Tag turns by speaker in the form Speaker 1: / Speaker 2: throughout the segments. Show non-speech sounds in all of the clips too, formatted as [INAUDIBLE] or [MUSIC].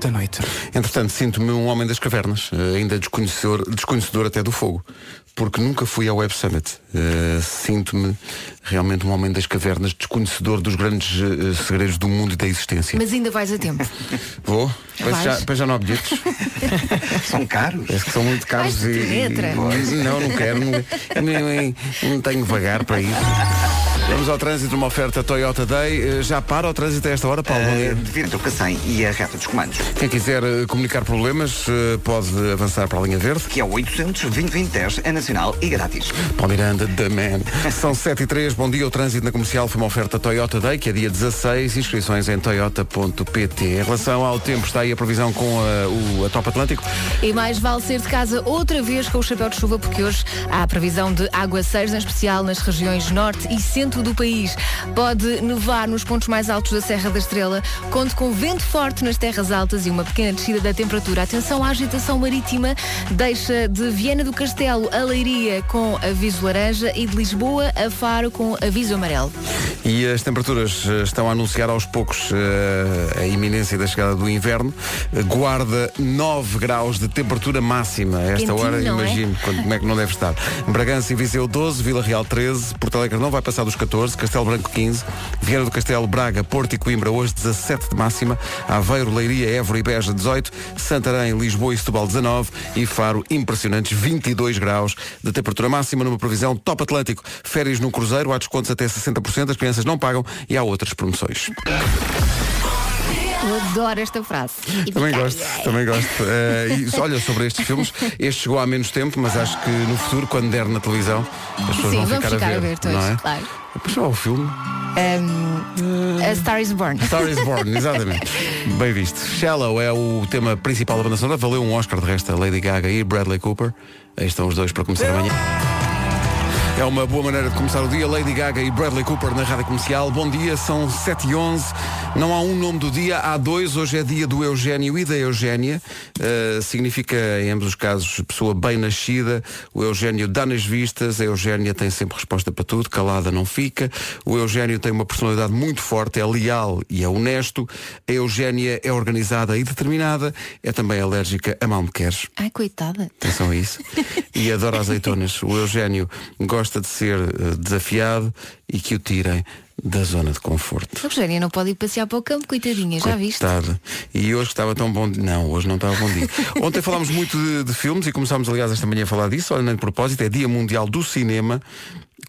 Speaker 1: da noite.
Speaker 2: Entretanto, sinto-me um homem das cavernas, eh, ainda desconhecedor, desconhecedor até do fogo, porque nunca fui ao Web Summit. Eh, sinto-me realmente um homem das cavernas, desconhecedor dos grandes eh, segredos do mundo e da existência.
Speaker 3: Mas ainda vais a tempo.
Speaker 2: Vou? Pois
Speaker 3: Vais?
Speaker 2: já, pois já não há bilhetes.
Speaker 4: São caros.
Speaker 2: Parece que são muito caros
Speaker 3: Vais
Speaker 2: e,
Speaker 3: de letra.
Speaker 2: e- Não, não quero. Não, não- não tenho vagar para isso. Vamos ao trânsito, uma oferta Toyota Day. Eh, Já para o trânsito a esta hora, Paulo. Bom dia.
Speaker 4: Uh, Devia ter o Cacém e a reta dos comandos,
Speaker 2: Quem quiser eh, comunicar problemas eh, pode avançar para a linha verde.
Speaker 4: que é o 800 2010 é nacional e grátis.
Speaker 2: Paulo Miranda, The Man. São 7 e 3, bom dia. O trânsito na comercial foi uma oferta Toyota Day, que é dia 16. Inscrições em toyota.pt. Em relação ao tempo, está aí a previsão com a, o, a Top Atlântico.
Speaker 3: E mais vale ser de casa outra vez com o chapéu de chuva, porque hoje há a previsão de aguaceiros, em especial nas regiões norte e centro do país. Pode nevar nos pontos mais altos da Serra da Estrela, conte com vento forte nas terras altas e uma pequena descida da temperatura. Atenção à agitação marítima, deixa de Viena do Castelo a Leiria com aviso laranja e de Lisboa a Faro com aviso amarelo.
Speaker 2: E as temperaturas eh, estão a anunciar aos poucos eh, a iminência da chegada do inverno. Eh, Guarda 9 graus de temperatura máxima a esta
Speaker 3: Quentinho,
Speaker 2: hora,
Speaker 3: não é?
Speaker 2: imagino quando- como é que não deve estar. Bragança e Viseu 12, Vila Real 13, Porto Alegre não vai passar dos 14, Castelo Branco 15, Vieira do Castelo, Braga, Porto e Coimbra hoje 17 de máxima, Aveiro, Leiria, Évora e Beja 18, Santarém, Lisboa e Setúbal 19 e Faro impressionantes 22 graus de temperatura máxima numa previsão top atlântico. Férias no cruzeiro, há descontos até 60%, as crianças não pagam e há outras promoções.
Speaker 3: Eu adoro esta frase. E
Speaker 2: Também
Speaker 3: fica-
Speaker 2: gosto, também gosto. Eh, e, olha, sobre estes filmes, este chegou há menos tempo, mas acho que no futuro, quando der na televisão, as pessoas
Speaker 3: Sim,
Speaker 2: vão
Speaker 3: vamos
Speaker 2: ficar,
Speaker 3: ficar
Speaker 2: a ver.
Speaker 3: a ver todos,
Speaker 2: não é?
Speaker 3: claro.
Speaker 2: Depois o filme.
Speaker 3: Um, a Star is Born.
Speaker 2: Star is Born, exatamente. Bem visto. Shallow é o tema principal da banda sonora. Valeu um Oscar de resto a Lady Gaga e Bradley Cooper. Aí estão os dois para começar amanhã. É uma boa maneira de começar o dia. Lady Gaga e Bradley Cooper na Rádio Comercial. Bom dia, são 7 e 11 Não há um nome do dia, há dois. Hoje é dia do Eugénio e da Eugénia. Uh, significa, em ambos os casos, pessoa bem nascida. O Eugénio dá nas vistas, a Eugénia tem sempre resposta para tudo, calada não fica. O Eugénio tem uma personalidade muito forte, é leal e é honesto. A Eugénia é organizada e determinada. É também alérgica a malmequeres.
Speaker 3: Ai, coitada.
Speaker 2: Atenção a isso. E adora azeitonas. O Eugénio gosta de ser eh, desafiado e que o tirem da zona de conforto.
Speaker 3: A Eugénia não pode ir passear para o campo, coitadinha, já viste?
Speaker 2: Coitado. E hoje estava tão bom dia. Não, hoje não estava bom dia. Ontem falámos muito de, de filmes e começámos, aliás, esta manhã a falar disso. Olha, nem de propósito, é Dia Mundial do Cinema.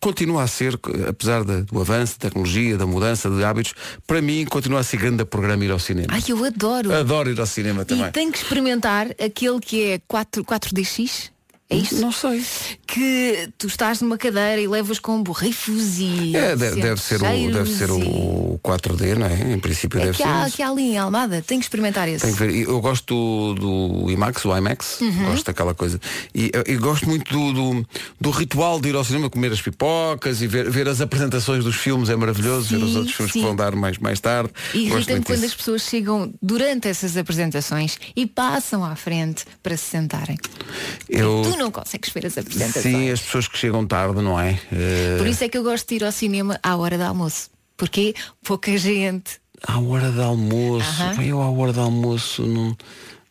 Speaker 2: Continua a ser, eh, apesar da- do avanço da tecnologia, da mudança de hábitos, para mim continua a ser grande programa ir ao cinema.
Speaker 3: Ai, eu adoro.
Speaker 2: Adoro ir ao cinema também.
Speaker 3: E tenho que experimentar aquele que é 4, 4DX. É isto?
Speaker 2: Não sei.
Speaker 3: Que tu estás numa cadeira e levas com borrifos e.
Speaker 2: É, de-
Speaker 3: sentes
Speaker 2: deve ser, o, deve
Speaker 3: cheiros
Speaker 2: ser
Speaker 3: e-
Speaker 2: o 4D, não é? Em princípio
Speaker 3: É
Speaker 2: deve
Speaker 3: que
Speaker 2: ser.
Speaker 3: há,
Speaker 2: isso.
Speaker 3: que há ali em Almada, tenho que experimentar esse.
Speaker 2: Tem que ver. E Eu gosto do, do IMAX, do IMAX,
Speaker 3: Uhum.
Speaker 2: gosto daquela coisa. E eu, eu gosto muito do, do, do ritual de ir ao cinema, comer as pipocas e ver, ver as apresentações dos filmes, é maravilhoso, ver os
Speaker 3: Sim,
Speaker 2: outros filmes
Speaker 3: sim.
Speaker 2: que vão dar mais, mais tarde.
Speaker 3: E
Speaker 2: gosto
Speaker 3: irrita-me
Speaker 2: muito
Speaker 3: quando
Speaker 2: disso.
Speaker 3: as pessoas chegam durante essas apresentações e passam à frente para se sentarem.
Speaker 2: Eu-
Speaker 3: Tu não consegues ver as apresentações.
Speaker 2: Sim, as pessoas que chegam tarde, não é? Eh,
Speaker 3: Por isso é que eu gosto de ir ao cinema à hora do almoço. Porque pouca gente.
Speaker 2: À hora de almoço,
Speaker 3: Aham.
Speaker 2: pá, eu à hora de almoço não,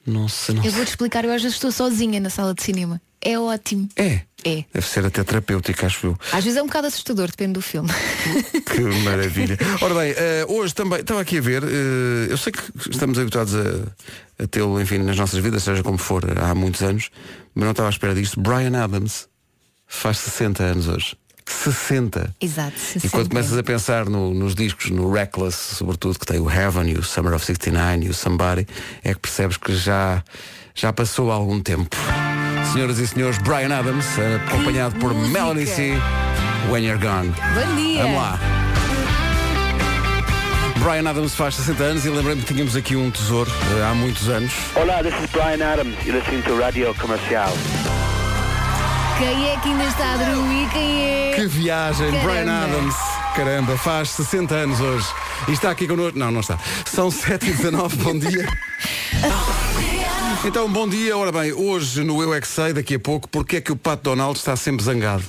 Speaker 2: não sei. Não
Speaker 3: Eu vou-te explicar, eu às vezes estou sozinha na sala de cinema. É ótimo.
Speaker 2: É.
Speaker 3: É.
Speaker 2: Deve ser até terapêutico, acho eu.
Speaker 3: Às vezes é um bocado assustador, depende do filme. [LAUGHS]
Speaker 2: Que maravilha. Ora bem, eh, hoje também estava aqui a ver, eh, eu sei que estamos habituados a, a tê-lo, enfim, nas nossas vidas, seja como for, há muitos anos, mas não estava à espera disto. Brian Adams faz 60 anos hoje. 60.
Speaker 3: Exato.
Speaker 2: E quando começas a pensar no- nos discos, no Reckless, sobretudo, que tem o Heaven e o Summer of 69 e o Somebody, é que percebes que já, já passou algum tempo. Senhoras e senhores, Brian Adams, acompanhado por
Speaker 3: música!
Speaker 2: Melanie C. When You're Gone.
Speaker 3: Bom dia.
Speaker 2: Vamos lá. Brian Adams faz 60 anos e lembrei-me que tínhamos aqui um tesouro eh, há muitos anos.
Speaker 5: Hola, this is Brian Adams. You're listening to Radio Comercial.
Speaker 3: Quem é que ainda está a dormir? Quem é?
Speaker 2: Que viagem,
Speaker 3: Caramba.
Speaker 2: Brian Adams. Caramba, faz 60 anos hoje. E está aqui connosco. Não, não está. São 7h19, bom dia. Então, bom dia. Ora bem, hoje no Eu É Que Sei, daqui a pouco, porque é que o Pato Donald está sempre zangado?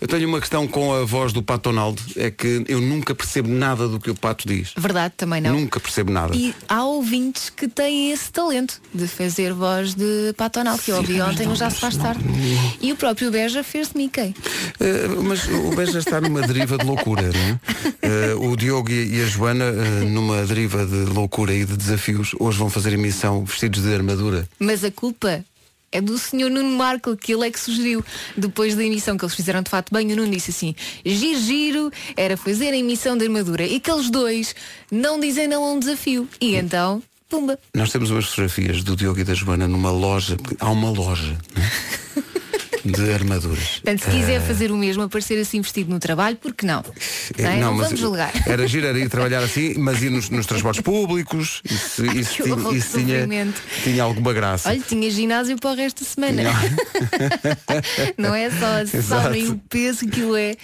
Speaker 2: Eu tenho uma questão com a voz do Pato Donald, é que eu nunca percebo nada do que o Pato diz.
Speaker 3: Verdade, também não.
Speaker 2: Nunca percebo nada.
Speaker 3: E há ouvintes que têm esse talento de fazer voz de patonal, que eu ouvi ontem, mas já se faz tarde. E o próprio Beja fez de Mickey.
Speaker 2: Eh, mas o Beja está numa deriva de loucura, não é? Eh, o Diogo e e a Joana, eh, numa deriva de loucura e de desafios, hoje vão fazer emissão vestidos de armadura.
Speaker 3: Mas a culpa é do senhor Nuno Marco, que ele é que sugeriu. Depois da emissão que eles fizeram de fato bem, o Nuno disse assim, giro, giro era fazer a emissão de armadura. E aqueles dois não dizem não a um desafio. E então, pumba.
Speaker 2: Nós temos umas fotografias do Diogo e da Joana numa loja, porque há uma loja não é? de armaduras.
Speaker 3: Portanto, se
Speaker 2: Ah.
Speaker 3: quiser fazer o mesmo, aparecer assim vestido no trabalho, por que não?
Speaker 2: Eh,
Speaker 3: Não é? Não
Speaker 2: mas
Speaker 3: vamos julgar.
Speaker 2: Era giro, era ir trabalhar assim, mas ir nos, nos transportes públicos, isso, isso
Speaker 3: que
Speaker 2: tinha-
Speaker 3: horror,
Speaker 2: isso
Speaker 3: que
Speaker 2: tinha,
Speaker 3: sofrimento.
Speaker 2: tinha alguma graça.
Speaker 3: [LAUGHS] Olha, tinha ginásio para o resto da semana. [LAUGHS] não é só
Speaker 2: [LAUGHS]
Speaker 3: a
Speaker 2: Exato.
Speaker 3: sauna e o peso que o é.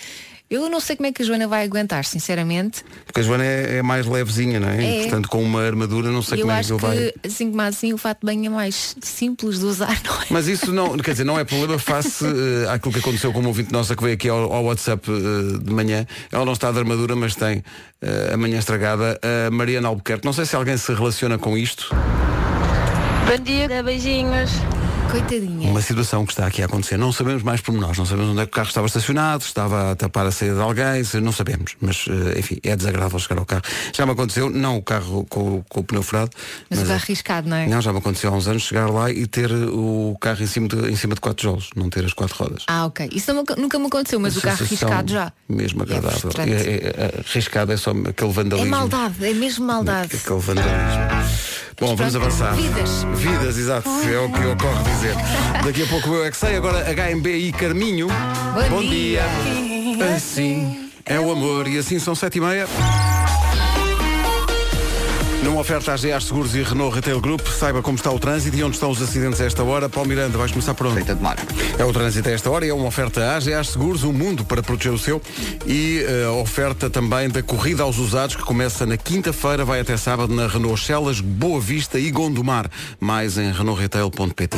Speaker 3: Eu não sei como é que a Joana vai aguentar, sinceramente.
Speaker 2: Porque a Joana é, é mais levezinha, não é? E,
Speaker 3: É.
Speaker 2: portanto, com uma armadura não sei
Speaker 3: eu
Speaker 2: como é que
Speaker 3: acho
Speaker 2: ele vai.
Speaker 3: que, assim como assim, o fato de banho é mais simples de usar, [LAUGHS] não é?
Speaker 2: Mas isso não, quer dizer, não é problema face eh, àquilo que aconteceu com uma ouvinte nossa que veio aqui ao, ao WhatsApp eh, de manhã. Ela não está de armadura, mas tem eh, a manhã estragada. A Mariana Albuquerque, não sei se alguém se relaciona com isto.
Speaker 1: Bom dia, beijinhos.
Speaker 3: Coitadinha.
Speaker 2: Uma situação que está aqui a acontecer. Não sabemos mais pormenores, não sabemos onde é que o carro estava estacionado, se estava a tapar a saída de alguém, se- não sabemos. Mas, eh, enfim, é desagradável chegar ao carro. Já me aconteceu, não o carro com, com o pneu furado,
Speaker 3: Mas o
Speaker 2: eh,
Speaker 3: carro arriscado, não é?
Speaker 2: Não, já me aconteceu há uns anos chegar lá e ter eh, o carro em cima de, em cima de quatro tijolos, não ter as quatro rodas.
Speaker 3: Ah, ok. Isso nunca- nunca me aconteceu, mas o carro
Speaker 2: Sensação
Speaker 3: arriscado já.
Speaker 2: um Mesmo
Speaker 3: É
Speaker 2: agradável.
Speaker 3: frustrante.
Speaker 2: É, é, é, arriscado é só aquele
Speaker 3: É
Speaker 2: vandalismo.
Speaker 3: maldade, é mesmo maldade.
Speaker 2: Aquele vandalismo. Bom, vamos
Speaker 3: pronto,
Speaker 2: avançar.
Speaker 3: vidas.
Speaker 2: Vidas, exato. É o que ocorre dizer. Daqui a pouco eu é que sei. Agora HMB e Carminho.
Speaker 3: Bom dia.
Speaker 2: Assim é o amor. E assim são sete e meia. Numa oferta às GA Seguros e Renault Retail Group, saiba como está o trânsito e onde estão os acidentes a esta hora. Paulo Miranda, vais começar por onde?
Speaker 4: Feita de Mónaco.
Speaker 2: É o trânsito a esta hora e é uma oferta à GA Seguros, um mundo para proteger o seu e eh, a oferta também da Corrida aos Usados que começa na quinta-feira, vai até sábado na Renault Celas, Boa Vista e Gondomar. Mais em renaultretail.pt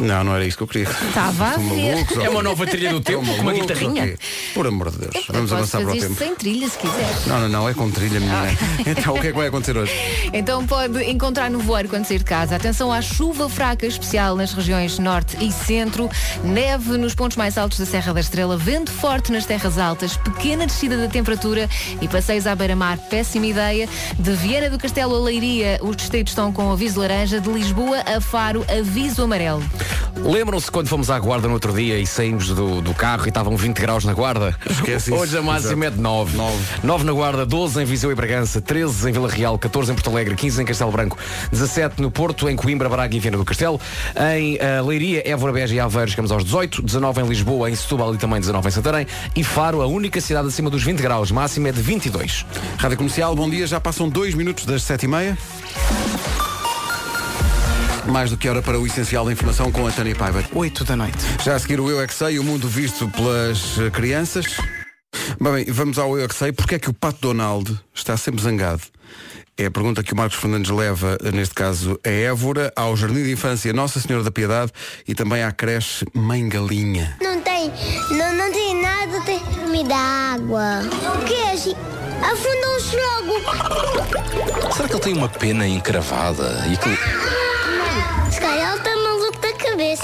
Speaker 2: Não, não era isso que eu queria.
Speaker 3: Estava a
Speaker 2: São
Speaker 3: ver.
Speaker 2: malucos,
Speaker 6: É uma
Speaker 2: ok?
Speaker 6: nova trilha do tempo,
Speaker 2: São
Speaker 6: com uma
Speaker 2: malucos,
Speaker 6: guitarrinha.
Speaker 2: ok? Por amor de Deus,
Speaker 3: Eu
Speaker 2: vamos
Speaker 3: posso
Speaker 2: avançar para o
Speaker 3: fazer Ah. isto
Speaker 2: tempo.
Speaker 3: sem trilha, se quiser.
Speaker 2: Não, não, não, é com trilha, menina. Então o que é que vai acontecer hoje?
Speaker 3: Então pode encontrar no voar quando sair de casa. Atenção à chuva fraca especial nas regiões norte e centro, neve nos pontos mais altos da Serra da Estrela, vento forte nas terras altas, pequena descida da temperatura e passeios à beira-mar. Péssima ideia. De Viana do Castelo a Leiria, os distritos estão com aviso laranja. De Lisboa a Faro, aviso amarelo.
Speaker 6: Lembram-se quando fomos à guarda no outro dia e saímos do, do carro e estavam 20 graus na guarda?
Speaker 2: Esquece isso.
Speaker 6: Hoje a máxima é de 9. 9. na guarda, 12 em Viseu e Bragança, 13 em Vila Real, 14 em Porto Alegre, 15 em Castelo Branco, 17 no Porto, em Coimbra, Braga e Viana do Castelo, em eh, Leiria, Évora, Beja e Aveiro chegamos aos 18, 19 em Lisboa, em Setúbal e também 19 em Santarém e Faro, a única cidade acima dos 20 graus, máxima é de 22.
Speaker 2: Rádio Comercial, bom dia. Já passam dois minutos das sete e meia. Mais do que hora para o essencial da informação com a Tânia Paiva.
Speaker 7: 8 da noite.
Speaker 2: Já a seguir o Eu É Que Sei, o mundo visto pelas eh, crianças. Bem, vamos ao Eu É Que Sei. Porquê é que o Pato Donald está sempre zangado? É a pergunta que o Marcos Fernandes leva, eh, neste caso, a Évora, ao Jardim de Infância Nossa Senhora da Piedade e também à creche Mãe Galinha.
Speaker 8: Não tem, não, não tem nada, tem me dá água. O que é? um gente? Afundou-se logo.
Speaker 9: Será que ele tem uma pena encravada? E que...
Speaker 8: Se calhar ele está maluco da cabeça.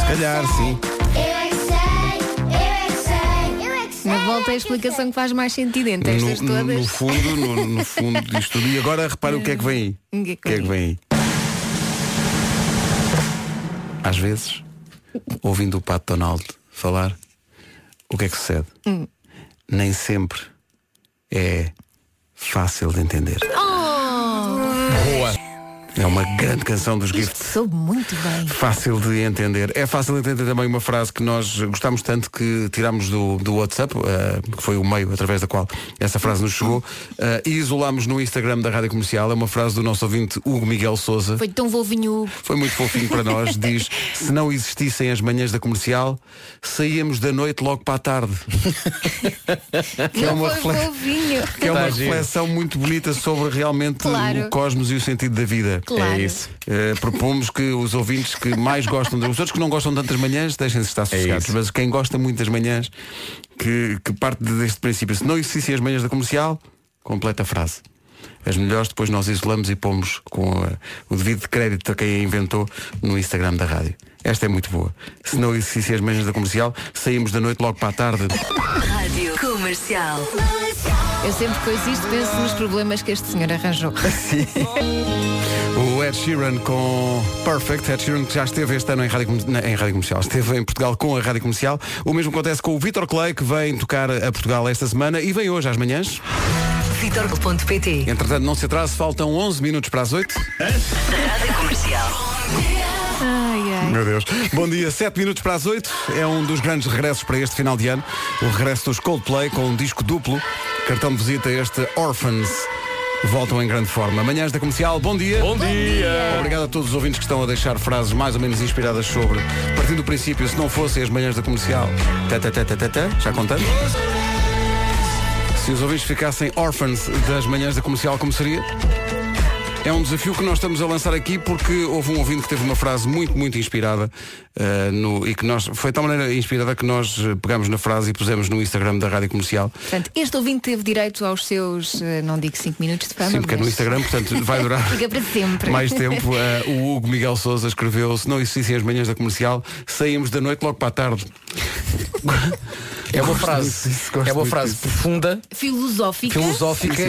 Speaker 2: Se calhar, sim.
Speaker 8: Eu é que sei, eu é que sei, eu é que sei.
Speaker 3: Na volta é a explicação que faz mais sentido entre
Speaker 2: No,
Speaker 3: estas
Speaker 2: no- no
Speaker 3: todas.
Speaker 2: fundo, no, no fundo disto tudo. E agora repara o que é que vem aí.
Speaker 3: O que é
Speaker 2: O
Speaker 3: que
Speaker 2: que é que vem aí? Às vezes, ouvindo o Pato Donald falar, o que é que sucede? Nem sempre é fácil de entender.
Speaker 6: Boa.
Speaker 2: É uma grande canção dos Gift.
Speaker 3: Soube muito bem.
Speaker 2: Fácil de entender. É fácil de entender também uma frase que nós gostámos tanto que tirámos do, do WhatsApp, eh, que foi o meio através da qual essa frase nos chegou, eh, e isolámos no Instagram da Rádio Comercial. É uma frase do nosso ouvinte Hugo Miguel Souza. Foi,
Speaker 3: Foi tão volvinho.
Speaker 2: muito fofinho para nós. Diz, se não existissem as manhãs da comercial, saíamos da noite logo para a tarde. Que é
Speaker 3: Não
Speaker 2: uma
Speaker 3: foi
Speaker 2: refle-
Speaker 3: volvinho.
Speaker 2: Que é uma
Speaker 6: Tá giro.
Speaker 2: reflexão muito bonita sobre realmente
Speaker 3: Claro.
Speaker 2: o cosmos e o sentido da vida.
Speaker 3: Claro.
Speaker 6: É isso.
Speaker 2: Eh, propomos que os ouvintes que mais gostam, os outros que não gostam tantas manhãs, deixem-se estar sossegados.
Speaker 6: É isso.
Speaker 2: mas quem gosta muito das manhãs, que, que parte deste princípio, se não existissem as manhãs da comercial, completa a frase. As melhores depois nós isolamos e pomos com eh, o devido crédito a quem a inventou no Instagram da rádio. Esta é muito boa. Se não existissem as manhãs da comercial, saímos da noite logo para a tarde.
Speaker 7: Rádio Comercial.
Speaker 3: Eu sempre que ouço isto penso nos problemas que este senhor arranjou.
Speaker 2: O Ed Sheeran com Perfect, Ed Sheeran que já esteve este ano em rádio, Com- na- em rádio comercial, esteve em Portugal com a rádio comercial. O mesmo acontece com o Vitor Clay que vem tocar a Portugal esta semana e vem hoje às manhãs.
Speaker 7: Vitor.pt
Speaker 2: Entretanto, não se atrase, faltam 11 minutos para as 8.
Speaker 7: Rádio Comercial.
Speaker 3: Ai, ai.
Speaker 2: Meu Deus. Bom dia, 7 minutos para as 8. É um dos grandes regressos para este final de ano. O regresso dos Coldplay com um disco duplo. Cartão de visita a este Orphans. Voltam em grande forma. Manhãs da Comercial, bom dia. Bom dia. Obrigado a todos os ouvintes que estão a deixar frases mais ou menos inspiradas sobre. Partindo do princípio, se não fossem as manhãs da Comercial. Tá, tá, tá, tá, tá, tá. Já contamos? Se os ouvintes ficassem órfãos das manhãs da comercial, como seria? É um desafio que nós estamos a lançar aqui porque houve um ouvinte que teve uma frase muito, muito inspirada eh, no, e que nós foi de tal maneira inspirada que nós eh, pegámos na frase e pusemos no Instagram da Rádio Comercial.
Speaker 3: Portanto, este ouvinte teve direito aos seus, eh, não digo 5 minutos de fama.
Speaker 2: Sim, porque é no
Speaker 3: mas-
Speaker 2: Instagram, portanto vai durar
Speaker 3: [LAUGHS] Fica para sempre.
Speaker 2: mais tempo. Eh, o Hugo Miguel Souza escreveu se não existissem as manhãs da comercial, saímos da noite logo para a [LAUGHS] tarde.
Speaker 6: É uma
Speaker 2: Gosto
Speaker 6: frase,
Speaker 2: disso, gosto
Speaker 6: é uma
Speaker 2: muito
Speaker 6: frase
Speaker 2: disso.
Speaker 6: profunda,
Speaker 3: Filosófica.
Speaker 6: filosófica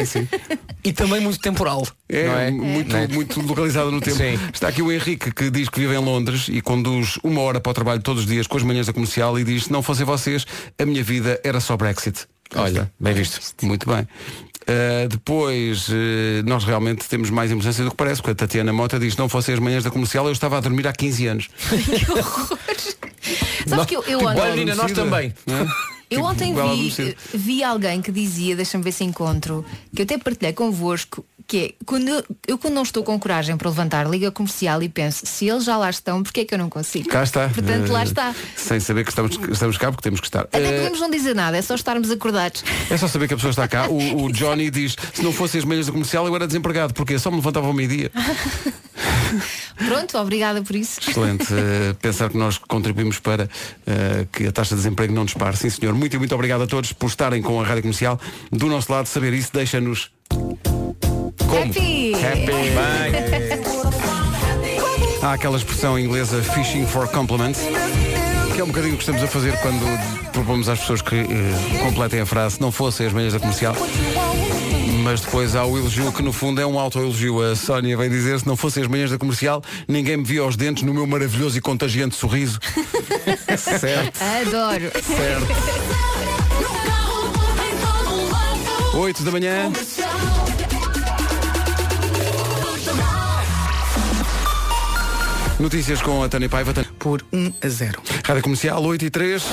Speaker 6: e também muito temporal.
Speaker 2: É,
Speaker 6: não
Speaker 2: Muito,
Speaker 6: Não é?
Speaker 2: muito localizada no tempo.
Speaker 6: Sim.
Speaker 2: Está aqui o Henrique que diz que vive em Londres e conduz uma hora para o trabalho todos os dias com as manhãs da comercial e diz se não fossem vocês, a minha vida era só Brexit. Cá
Speaker 6: Olha,
Speaker 2: está.
Speaker 6: bem visto.
Speaker 2: Muito bem. Uh, depois, uh, nós realmente temos mais importância do que parece, porque a Tatiana Mota diz não fossem as manhãs da comercial, eu estava a dormir há 15 anos.
Speaker 3: [LAUGHS] Sabes que eu, eu
Speaker 6: Tipo,
Speaker 3: ontem.
Speaker 6: olha, Nina, nós também.
Speaker 2: Não é?
Speaker 3: Eu
Speaker 2: Tipo,
Speaker 3: ontem
Speaker 2: ela
Speaker 3: vi, eh,
Speaker 2: adormecida.
Speaker 3: vi alguém que dizia, deixa-me ver se encontro, que eu até partilhei convosco, que é, quando eu, eu quando não estou com coragem para levantar, liga comercial e penso, se eles já lá estão, porque é que eu não consigo?
Speaker 2: Cá está.
Speaker 3: Portanto, lá
Speaker 2: Uh,
Speaker 3: está.
Speaker 2: Sem saber que estamos, estamos cá, porque temos que estar.
Speaker 3: Até
Speaker 2: Uh,
Speaker 3: podemos não dizer nada, é só estarmos acordados.
Speaker 2: É só saber que a pessoa está cá. O, o Johnny diz, se não fossem as manhãs do comercial, eu era desempregado, porque só me levantava ao meio-dia.
Speaker 3: Pronto, obrigada por isso.
Speaker 2: Excelente. eh, pensar que nós contribuímos para eh, que a taxa de desemprego não dispare. Sim, senhor. Muito e muito obrigado a todos por estarem com a Rádio Comercial. Do nosso lado, saber isso deixa-nos
Speaker 3: Happy!
Speaker 2: Há aquela expressão inglesa fishing for compliments, que é um bocadinho o que estamos a fazer quando propomos às pessoas que eh, completem a frase não fossem as manhãs da comercial. Mas depois há o elogio que no fundo é um autoelogio. A Sónia vem dizer se não fossem as manhãs da comercial, ninguém me via aos dentes no meu maravilhoso e contagiante sorriso. certo.
Speaker 3: Adoro!
Speaker 2: Certo. 8 da manhã. Notícias com a Tânia Paiva. Tânia-
Speaker 10: Por 1 a 0.
Speaker 2: Rádio Comercial 8 e 3.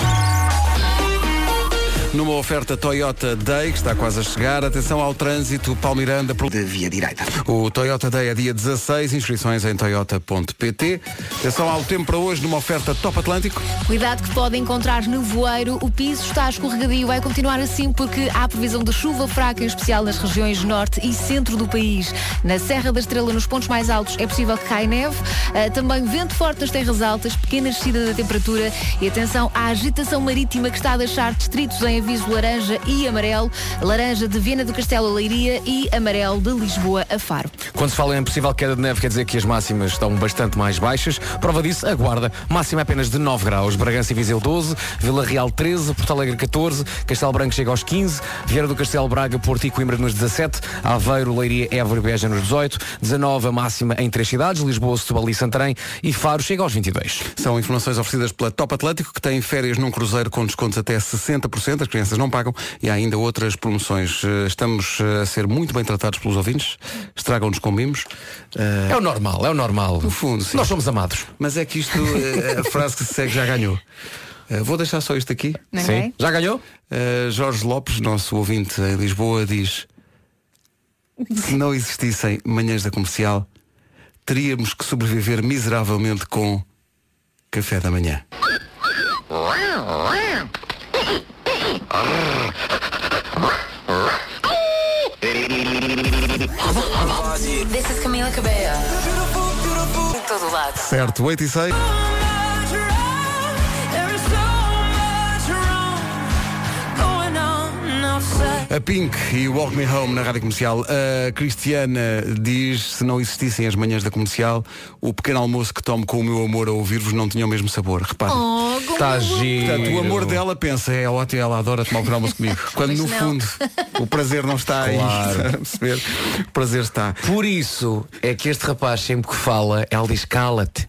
Speaker 2: Numa oferta Toyota Day, que está quase a chegar, atenção ao trânsito, Palmiranda, pro-
Speaker 4: De via direita.
Speaker 2: o Toyota Day é dia 16, inscrições em toyota.pt. Atenção ao tempo para hoje, numa oferta Top Atlântico.
Speaker 3: Cuidado que pode encontrar no voeiro, o piso está escorregadio, vai continuar assim porque há previsão de chuva fraca, em especial nas regiões norte e centro do país. Na Serra da Estrela, nos pontos mais altos, é possível que caia neve, Ah, também vento forte nas terras altas, pequena descida da temperatura e atenção à agitação marítima que está a deixar distritos em aviso laranja e amarelo, laranja de Viena do Castelo a Leiria e amarelo de Lisboa a Faro.
Speaker 6: Quando se fala em possível queda de neve, quer dizer que as máximas estão bastante mais baixas. Prova disso, a Guarda. Máxima é apenas de 9 graus. Bragança e Viseu 12, Vila Real 13, Porto Alegre 14, Castelo Branco chega aos 15, Vieira do Castelo Braga, Porto e Coimbra nos 17, Aveiro, Leiria, Évora e Beja nos 18, 19 a máxima em três cidades, Lisboa, Setúbal e Santarém e Faro chega aos 22.
Speaker 2: São informações oferecidas pela Top Atlético, que tem férias num cruzeiro com descontos até 60%. As crianças não pagam e há ainda outras promoções. Eh, Estamos eh, a ser muito bem tratados pelos ouvintes. Estragam-nos com mimos. Eh,
Speaker 6: É o normal, é o normal. No
Speaker 2: fundo, sim.
Speaker 6: Nós somos amados.
Speaker 2: mas é que isto, eh, a frase que se segue já ganhou. Eh, Vou deixar só isto aqui.
Speaker 3: Não é?
Speaker 6: Já ganhou?
Speaker 2: Eh, Jorge Lopes, nosso ouvinte em Lisboa, diz se não existissem manhãs da comercial, teríamos que sobreviver miseravelmente com café da manhã.
Speaker 7: This is Camila Cabello. lado.
Speaker 2: Certo, 8 e 6. A Pink e Walk Me Home na Rádio Comercial. A Cristiana diz, se não existissem as manhãs da comercial, o pequeno almoço que tomo com o meu amor a ouvir-vos não tinha o mesmo sabor. Repare.
Speaker 3: Oh, como
Speaker 6: Está
Speaker 3: eu
Speaker 6: Tá
Speaker 3: amo.
Speaker 6: giro.
Speaker 2: Portanto, o amor dela pensa, é ótimo, ela adora tomar o pequeno almoço
Speaker 3: [LAUGHS]
Speaker 2: comigo. Quando
Speaker 3: Pois
Speaker 2: no
Speaker 3: não.
Speaker 2: fundo o prazer não está aí. [LAUGHS] Está a perceber? O prazer está.
Speaker 6: Por isso é que este rapaz sempre que fala, ela diz cala-te.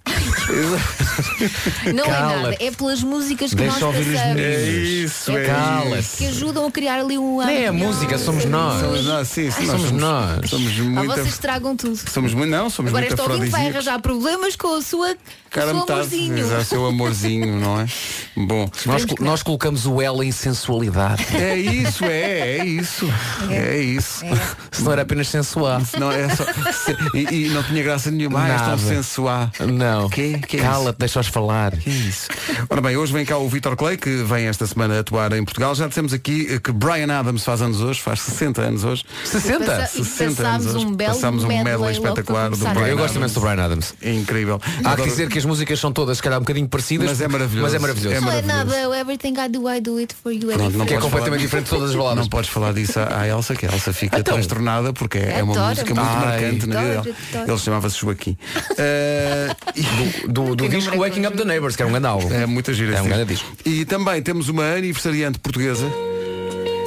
Speaker 3: Não é nada,
Speaker 6: Cala-te.
Speaker 3: é pelas músicas que
Speaker 6: Deixa
Speaker 3: nós
Speaker 6: ouvir os
Speaker 3: passamos.
Speaker 6: meninos.
Speaker 2: isso,
Speaker 3: É
Speaker 6: Cala-te.
Speaker 3: que ajudam a criar ali um
Speaker 6: Nem é a
Speaker 3: ambiente.
Speaker 6: música, somos nós.
Speaker 2: Somos nós, sim, sim,
Speaker 6: Somos nós.
Speaker 2: Somos
Speaker 3: Ah,
Speaker 2: muita.
Speaker 3: vocês estragam tudo.
Speaker 2: Somos muito, não, somos
Speaker 3: Agora
Speaker 2: muito
Speaker 3: este ouvinte vai
Speaker 2: afrodisíacos.
Speaker 3: arranjar problemas com a sua com o
Speaker 2: Cara
Speaker 3: seu
Speaker 2: metade,
Speaker 3: amorzinho.
Speaker 2: exato, seu amorzinho, não é? Bom,
Speaker 6: Nós, col- nós colocamos o L em sensualidade.
Speaker 2: é isso, é, é isso, é isso. [LAUGHS]
Speaker 6: Se não era apenas sensual.
Speaker 2: Não, é só, se- e, e não tinha graça nenhuma, ah, estão
Speaker 6: Nada.
Speaker 2: sensuar.
Speaker 6: Não.
Speaker 2: Que, que é isso?
Speaker 6: Cala-te, deixa-os falar.
Speaker 2: Que é isso? Ora bem, hoje vem cá o Vitor Clay, que vem esta semana atuar em Portugal. Já dissemos aqui eh, que Brian Adams faz anos hoje, faz 60 anos hoje.
Speaker 6: 60?
Speaker 3: E
Speaker 2: 60
Speaker 3: passámos
Speaker 2: anos hoje.
Speaker 3: um belo
Speaker 2: Passámos um medley,
Speaker 3: medley logo para
Speaker 2: espetacular do
Speaker 3: começar.
Speaker 2: Brian
Speaker 6: Eu gosto
Speaker 2: Adams.
Speaker 6: imenso do Brian Adams.
Speaker 2: É incrível.
Speaker 6: Há que
Speaker 2: Adoro-
Speaker 6: dizer que as músicas são todas, se calhar, um bocadinho parecidas.
Speaker 2: Mas é maravilhoso.
Speaker 6: Mas é maravilhoso.
Speaker 2: É
Speaker 3: Não é
Speaker 2: maravilhoso.
Speaker 3: nada, o everything I do, I do it for you.
Speaker 2: Pronto, não
Speaker 6: Que é
Speaker 2: podes
Speaker 6: completamente
Speaker 2: falar-
Speaker 6: diferente de todas as baladas.
Speaker 2: Não podes falar disso à, à Elsa, que a Elsa fica
Speaker 6: Então.
Speaker 2: transtornada porque é uma
Speaker 3: Adoro.
Speaker 2: música muito
Speaker 6: Ai.
Speaker 2: marcante na vida
Speaker 3: Adoro,
Speaker 2: dela.
Speaker 3: adoro.
Speaker 2: Ele chamava-se Joaquim. [LAUGHS] Eh, e-
Speaker 6: Do, do
Speaker 3: Quem não
Speaker 6: disco
Speaker 3: merece
Speaker 6: Waking Up the Neighbors, que era um grande álbum.
Speaker 2: É muita gira.
Speaker 6: É um
Speaker 2: esse
Speaker 6: grande
Speaker 2: disco.
Speaker 6: disco.
Speaker 2: E também temos uma aniversariante portuguesa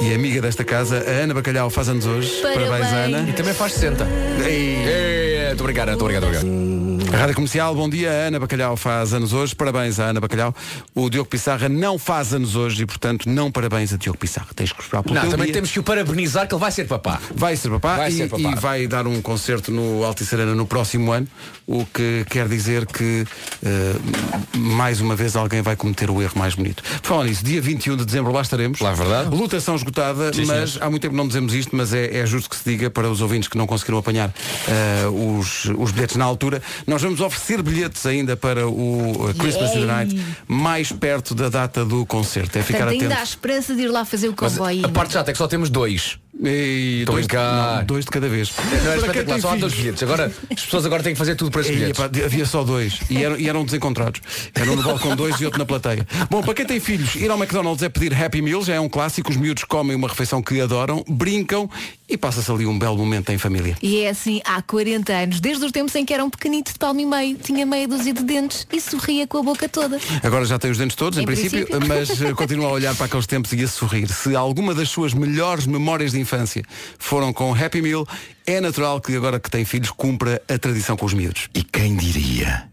Speaker 2: e amiga desta casa, a Ana Bacalhau, faz anos hoje.
Speaker 3: Parabéns.
Speaker 6: E
Speaker 2: Ana.
Speaker 6: também faz 60.
Speaker 2: Ei.
Speaker 6: É, Estou a brincar, estou a brincar, estou a brincar.
Speaker 2: A Rádio Comercial, bom dia. A Ana Bacalhau faz anos hoje. Parabéns à Ana Bacalhau. O Diogo Pissarra não faz anos hoje e, portanto, não parabéns a Diogo Pissarra. Tens que esperar pelo
Speaker 6: Não,
Speaker 2: teu
Speaker 6: também
Speaker 2: dia.
Speaker 6: temos que o parabenizar que ele vai ser papá.
Speaker 2: Vai ser papá,
Speaker 6: Vai
Speaker 2: e,
Speaker 6: ser papá.
Speaker 2: e vai dar um concerto no Altice Arena no próximo ano, o que quer dizer que eh, mais uma vez alguém vai cometer o erro mais bonito. Por falar nisso, dia 21 de dezembro lá estaremos.
Speaker 6: Lá, verdade.
Speaker 2: Lutação esgotada, mas há muito tempo não dizemos isto, mas é, é justo que se diga para os ouvintes que não conseguiram apanhar eh, os, os bilhetes na altura. Nós vamos oferecer bilhetes ainda para o eh, Christmas in the Night, mais perto da data do concerto. É ficar
Speaker 3: Portanto, ainda há
Speaker 2: atento.
Speaker 3: esperança de ir lá fazer o
Speaker 6: Mas
Speaker 3: comboio.
Speaker 6: a parte chata é que só temos dois.
Speaker 2: E
Speaker 6: Tô
Speaker 2: dois,
Speaker 6: brincar.
Speaker 2: não, dois de cada vez.
Speaker 6: Não
Speaker 2: Para
Speaker 6: era
Speaker 2: quem
Speaker 6: espetacular,
Speaker 2: tem
Speaker 6: só há
Speaker 2: filhos.
Speaker 6: dois bilhetes. Agora, as pessoas agora têm que fazer tudo é para esses
Speaker 2: Ei,
Speaker 6: bilhetes.
Speaker 2: epá, havia só dois e eram, e eram desencontrados. Era um no balcão dois e outro na plateia. Bom, para quem tem filhos, ir ao McDonald's é pedir Happy Meal, já é um clássico. Os miúdos comem uma refeição que adoram, brincam e passa-se ali um belo momento em família.
Speaker 3: E é assim há 40 anos, desde os tempos em que era um pequenito de palmo e meio, tinha meia dúzia de dentes e sorria com a boca toda.
Speaker 2: Agora já tem os dentes todos, em,
Speaker 3: Em
Speaker 2: princípio,
Speaker 3: princípio.
Speaker 2: mas eh, continua a olhar para aqueles tempos e a sorrir. Se alguma das suas melhores memórias de infância foram com Happy Meal, é natural que agora que tem filhos cumpra a tradição com os miúdos.
Speaker 10: E quem diria?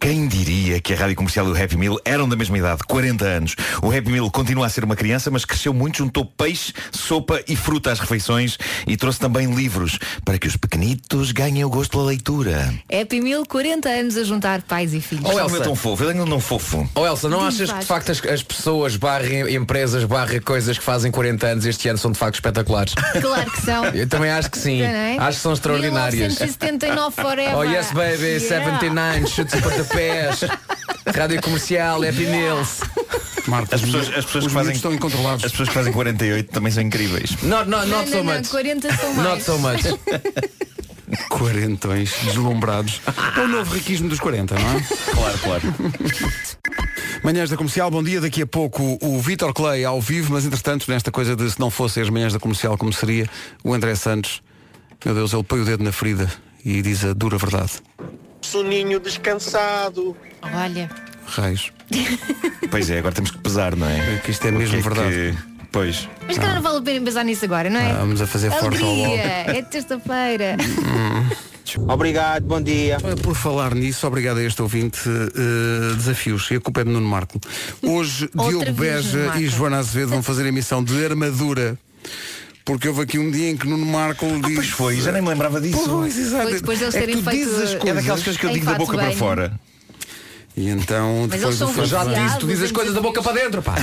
Speaker 10: Quem diria que a rádio comercial e o Happy Meal eram da mesma idade, 40 anos? O Happy Meal continua a ser uma criança, mas cresceu muito, juntou peixe, sopa e fruta às refeições e trouxe também livros para que os pequenitos ganhem o gosto pela leitura.
Speaker 3: Happy Meal, 40 anos a juntar pais e filhos.
Speaker 6: Oh,
Speaker 10: Ele não é
Speaker 6: Elsa.
Speaker 10: tão fofo, ele ainda não é um fofo.
Speaker 6: Oh Elsa, não
Speaker 3: Diz
Speaker 6: achas que de
Speaker 3: Vasco.
Speaker 6: facto as, as pessoas barra empresas barra coisas que fazem 40 anos este ano são de facto
Speaker 3: [LAUGHS]
Speaker 6: espetaculares?
Speaker 3: Claro que são.
Speaker 6: Eu também acho que sim.
Speaker 3: Não é?
Speaker 6: Acho que são extraordinárias.
Speaker 3: 1979 forever.
Speaker 6: [LAUGHS] Oh yes baby,
Speaker 3: Yeah.
Speaker 6: 79, chutes e
Speaker 3: [LAUGHS]
Speaker 6: pontapés. Rádio comercial, Happy Meals.
Speaker 2: Marcos,
Speaker 10: As pessoas, as pessoas
Speaker 2: os
Speaker 10: que
Speaker 2: miúdos
Speaker 10: fazem,
Speaker 2: estão incontrolados.
Speaker 10: As pessoas que fazem 48 também são
Speaker 2: [LAUGHS]
Speaker 10: incríveis.
Speaker 6: Not, not,
Speaker 3: Não,
Speaker 6: not so
Speaker 3: não, não,
Speaker 6: much.
Speaker 3: 40 são mais.
Speaker 6: Not so much.
Speaker 2: Quarentões deslumbrados. É o novo riquismo dos 40, não
Speaker 10: [LAUGHS]
Speaker 2: é?
Speaker 10: Claro, claro.
Speaker 2: Manhãs da Comercial, bom dia. Daqui a pouco o Vitor Clay ao vivo, mas entretanto, nesta coisa de se não fossem as manhãs da Comercial, como seria o André Santos? Meu Deus, ele põe o dedo na ferida e diz a dura verdade.
Speaker 5: Soninho descansado.
Speaker 3: Olha,
Speaker 2: Raios.
Speaker 10: Pois é, agora temos que pesar, não é?
Speaker 2: É que isto é
Speaker 10: O que
Speaker 2: mesmo
Speaker 10: é
Speaker 2: verdade.
Speaker 10: que- Pois.
Speaker 3: mas se calhar não vale a pena pensar nisso agora, não é?
Speaker 2: Ah, vamos a fazer forte ao
Speaker 3: Alegria,
Speaker 2: logo.
Speaker 3: é terça-feira.
Speaker 5: Obrigado, bom dia.
Speaker 2: Por falar nisso, obrigado a este ouvinte, eh, desafios, e a culpa é de Nuno Marco. Hoje,
Speaker 3: Outra
Speaker 2: Diogo
Speaker 3: vez, Nuno
Speaker 2: Beja
Speaker 3: Marco.
Speaker 2: e Joana Azevedo vão fazer emissão de armadura, porque houve aqui um dia em que Nuno Marco disse...
Speaker 10: Ah, Pois foi, já nem me lembrava disso.
Speaker 2: Pois, exato.
Speaker 3: Foi depois deles
Speaker 2: É que
Speaker 3: terem
Speaker 2: tu dizes
Speaker 3: feito-
Speaker 2: as
Speaker 3: É
Speaker 10: É
Speaker 2: coisas.
Speaker 10: daquelas coisas que eu
Speaker 3: Em
Speaker 10: digo da
Speaker 3: fato
Speaker 10: boca para
Speaker 3: bem.
Speaker 10: fora.
Speaker 2: E então
Speaker 3: Mas
Speaker 2: depois
Speaker 3: eles são
Speaker 2: do
Speaker 6: Já
Speaker 2: festival-
Speaker 6: te disse, tu dizes as coisas da boca para dentro, pá.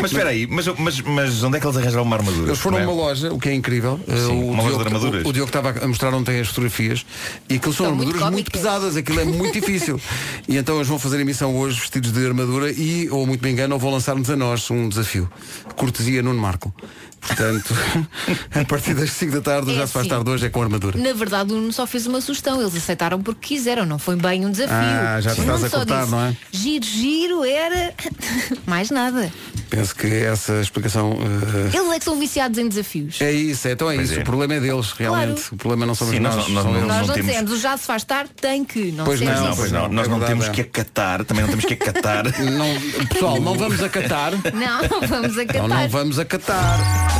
Speaker 10: Mas espera aí, mas, eu- mas, mas onde é que eles arranjaram uma armadura?
Speaker 2: Eles foram a
Speaker 10: Não é?
Speaker 2: uma loja, o que é incrível. Uh, o,
Speaker 10: uma loja de
Speaker 2: Diogo,
Speaker 10: armaduras.
Speaker 2: o, o Diogo estava a mostrar ontem as fotografias e aquilo são
Speaker 3: São muito
Speaker 2: armaduras muito,
Speaker 3: cómicas.
Speaker 2: pesadas, aquilo é muito
Speaker 3: [LAUGHS]
Speaker 2: difícil. E então eles vão fazer emissão hoje vestidos de armadura e, ou muito me engano, ou vão lançar-nos a nós um desafio. Cortesia Nuno Marco.
Speaker 3: [LAUGHS]
Speaker 2: Portanto, a partir das 5 da tarde
Speaker 3: É
Speaker 2: já se faz
Speaker 3: assim.
Speaker 2: tarde hoje, é com armadura.
Speaker 3: Na verdade, o Nuno só fez uma sugestão. Eles aceitaram porque quiseram, não foi bem um desafio.
Speaker 2: Ah, já te
Speaker 3: O Nuno
Speaker 2: estás a
Speaker 3: só
Speaker 2: cortar,
Speaker 3: disse,
Speaker 2: não é?
Speaker 3: Giro, giro, era. [LAUGHS] Mais nada.
Speaker 2: Penso que essa explicação. eh,
Speaker 3: Eles é que são viciados em desafios.
Speaker 2: É isso, então é
Speaker 10: Pois
Speaker 2: isso.
Speaker 10: é.
Speaker 2: O problema é deles, realmente. O problema não somos
Speaker 10: Sim,
Speaker 2: nós.
Speaker 10: nós não- nós
Speaker 2: são
Speaker 10: não-
Speaker 2: eles.
Speaker 3: Nós não
Speaker 10: temos-
Speaker 3: dissemos, o já se faz tarde, tem que. Não
Speaker 2: Pois
Speaker 3: dissemos
Speaker 2: não,
Speaker 3: isso.
Speaker 10: pois não, nós
Speaker 2: É
Speaker 10: não
Speaker 2: verdade,
Speaker 10: temos
Speaker 2: é.
Speaker 10: que acatar, também não temos
Speaker 2: [LAUGHS]
Speaker 10: que acatar.
Speaker 2: Não- pessoal, não vamos acatar.
Speaker 3: Não, [LAUGHS] vamos
Speaker 2: Não, não
Speaker 3: acatar.
Speaker 2: vamos acatar.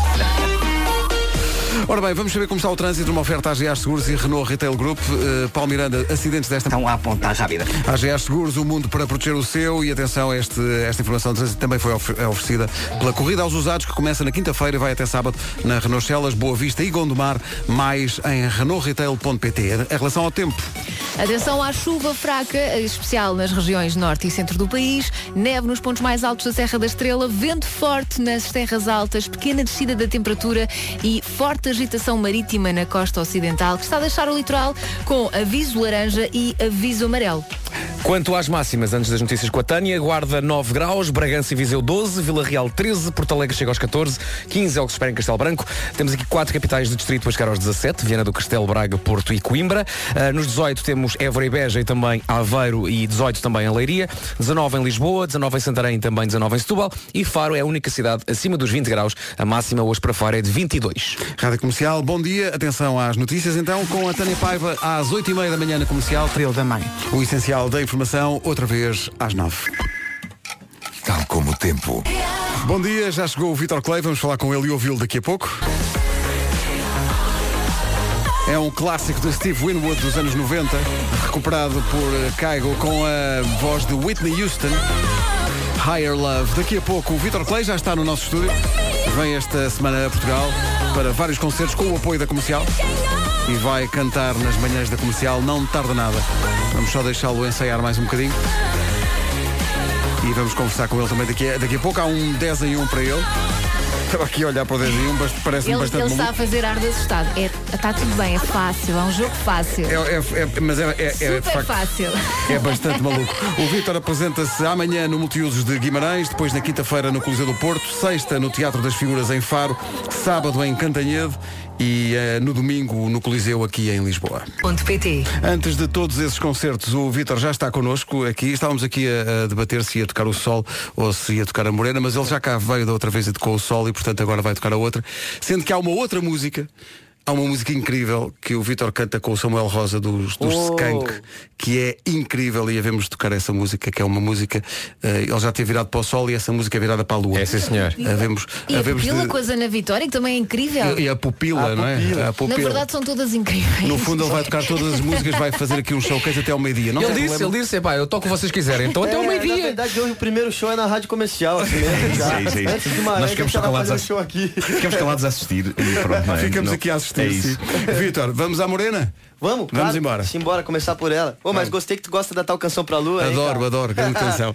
Speaker 2: Ora bem, vamos saber como está o trânsito numa oferta AGA Seguros e Renault Retail Group. Eh, Paulo Miranda, acidentes desta
Speaker 4: Estão Então, a apontar já a vida.
Speaker 2: AGA Seguros, o mundo para proteger o seu e atenção, este, esta informação de trânsito também foi of- é oferecida pela Corrida aos Usados, que começa na quinta-feira e vai até sábado na Renault Celas, Boa Vista e Gondomar, mais em renaultretail.pt. Em relação ao tempo,
Speaker 3: Atenção à chuva fraca, em especial nas regiões norte e centro do país, neve nos pontos mais altos da Serra da Estrela, vento forte nas terras altas, pequena descida da temperatura e forte agitação marítima na costa ocidental, que está a deixar o litoral com aviso laranja e aviso amarelo.
Speaker 6: Quanto às máximas, antes das notícias com a Tânia, Guarda 9 graus, Bragança e Viseu 12, Vila Real 13, Porto Alegre chega aos 14, 15 é o que se espera em Castelo Branco. Temos aqui quatro capitais de distrito a chegar aos 17, Viana do Castelo, Braga, Porto e Coimbra. Ah, nos 18 temos Évora e Beja e também Aveiro e 18 também em Leiria, 19 em Lisboa, 19 em Santarém e também 19 em Setúbal e Faro é a única cidade acima dos 20 graus. A máxima hoje para Faro é de 22.
Speaker 2: Rádio Comercial, bom dia, atenção às notícias então, com a Tânia Paiva às 8h30 da manhã na Comercial. Trilho da Mãe. O essencial da informação, outra vez às 9
Speaker 11: Tal como o tempo.
Speaker 2: Bom dia, já chegou o Vitor Clay, vamos falar com ele e ouvi-lo daqui a pouco. É um clássico de Steve Winwood dos anos 90, recuperado por eh, Caigo com a voz de Whitney Houston. Higher Love. Daqui a pouco o Vitor Clay já está no nosso estúdio. Vem esta semana a Portugal para vários concertos com o apoio da comercial. E vai cantar nas manhãs da comercial, não tarda nada. Vamos só deixá-lo ensaiar mais um bocadinho. E vamos conversar com ele também daqui a, daqui a pouco. Há um 10 em 1 para ele. Estava aqui a olhar para o 10 em 1, mas parece-me
Speaker 3: Ele,
Speaker 2: bastante
Speaker 3: ele
Speaker 2: maluco.
Speaker 3: está a fazer ar de assustado. É, está tudo bem, é fácil, é um jogo fácil.
Speaker 2: É, é- é- mas é, é- é, de
Speaker 3: Super
Speaker 2: facto,
Speaker 3: fácil.
Speaker 2: É bastante maluco. O Vítor apresenta-se amanhã no Multiusos de Guimarães, depois na quinta-feira no Coliseu do Porto, sexta no Teatro das Figuras em Faro, sábado em Cantanhede e eh, no domingo no Coliseu aqui em Lisboa.
Speaker 7: Ponto PT.
Speaker 2: Antes de todos esses concertos, o Vítor já está connosco aqui. Estávamos aqui a, a debater se ia tocar o Sol ou se ia tocar a Morena, mas ele já cá veio da outra vez e tocou o Sol e, portanto, agora vai tocar a outra. Sendo que há uma outra música, há uma música incrível que o Vítor canta com o Samuel Rosa dos, dos
Speaker 6: Oh.
Speaker 2: Skank, que é incrível e havemos de tocar essa música, que é uma música. eh, ele já tinha virado para o Sol e essa música é virada para a Lua. É,
Speaker 6: sim, senhor.
Speaker 2: Havemos,
Speaker 3: E a
Speaker 2: havemos
Speaker 3: pupila
Speaker 2: de-
Speaker 3: coisa na Vitória, que também é incrível.
Speaker 2: e a pupila, não é? A
Speaker 3: Na
Speaker 2: pupila.
Speaker 3: verdade são todas incríveis.
Speaker 2: No fundo ele vai
Speaker 3: [LAUGHS]
Speaker 2: tocar todas as músicas, vai fazer aqui um showcase até ao meio-dia. Não
Speaker 6: ele
Speaker 2: tem
Speaker 6: disse,
Speaker 2: problema.
Speaker 6: ele disse, "Epá, eu toco o que vocês quiserem, então até
Speaker 12: É,
Speaker 6: ao
Speaker 12: Na
Speaker 6: meio-dia.
Speaker 12: verdade, hoje o primeiro show é na rádio comercial. Assim mesmo,
Speaker 10: [LAUGHS]
Speaker 12: já.
Speaker 10: Isso, isso, isso.
Speaker 12: Antes de
Speaker 10: Nós
Speaker 12: Maré,
Speaker 10: ficamos
Speaker 12: já vai
Speaker 10: calados
Speaker 12: fazer o
Speaker 10: às-
Speaker 12: show aqui.
Speaker 10: Ficamos calados a assistir. e pronto, não é?
Speaker 2: Ficamos
Speaker 10: Não-
Speaker 2: aqui a assistir.
Speaker 10: É
Speaker 2: sim. [LAUGHS]
Speaker 10: isso.
Speaker 2: Vítor, vamos à Morena?
Speaker 12: Vamos?
Speaker 2: Vamos embora.
Speaker 12: Simbora, começar por ela. Ô, mas gostei que tu gosta da tal canção pra lua. hein,
Speaker 2: Adoro,
Speaker 12: cara?
Speaker 2: adoro, [LAUGHS] grande canção.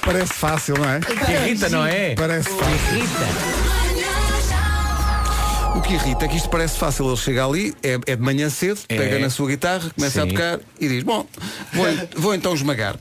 Speaker 2: Parece fácil, não é?
Speaker 6: Irrita, não é?
Speaker 2: Parece fácil. O que irrita é que isto parece fácil. Ele chega ali, é, é de manhã cedo,
Speaker 6: É.
Speaker 2: pega na sua guitarra, começa a
Speaker 6: Sim.
Speaker 2: tocar e diz, bom, vou, vou então esmagar.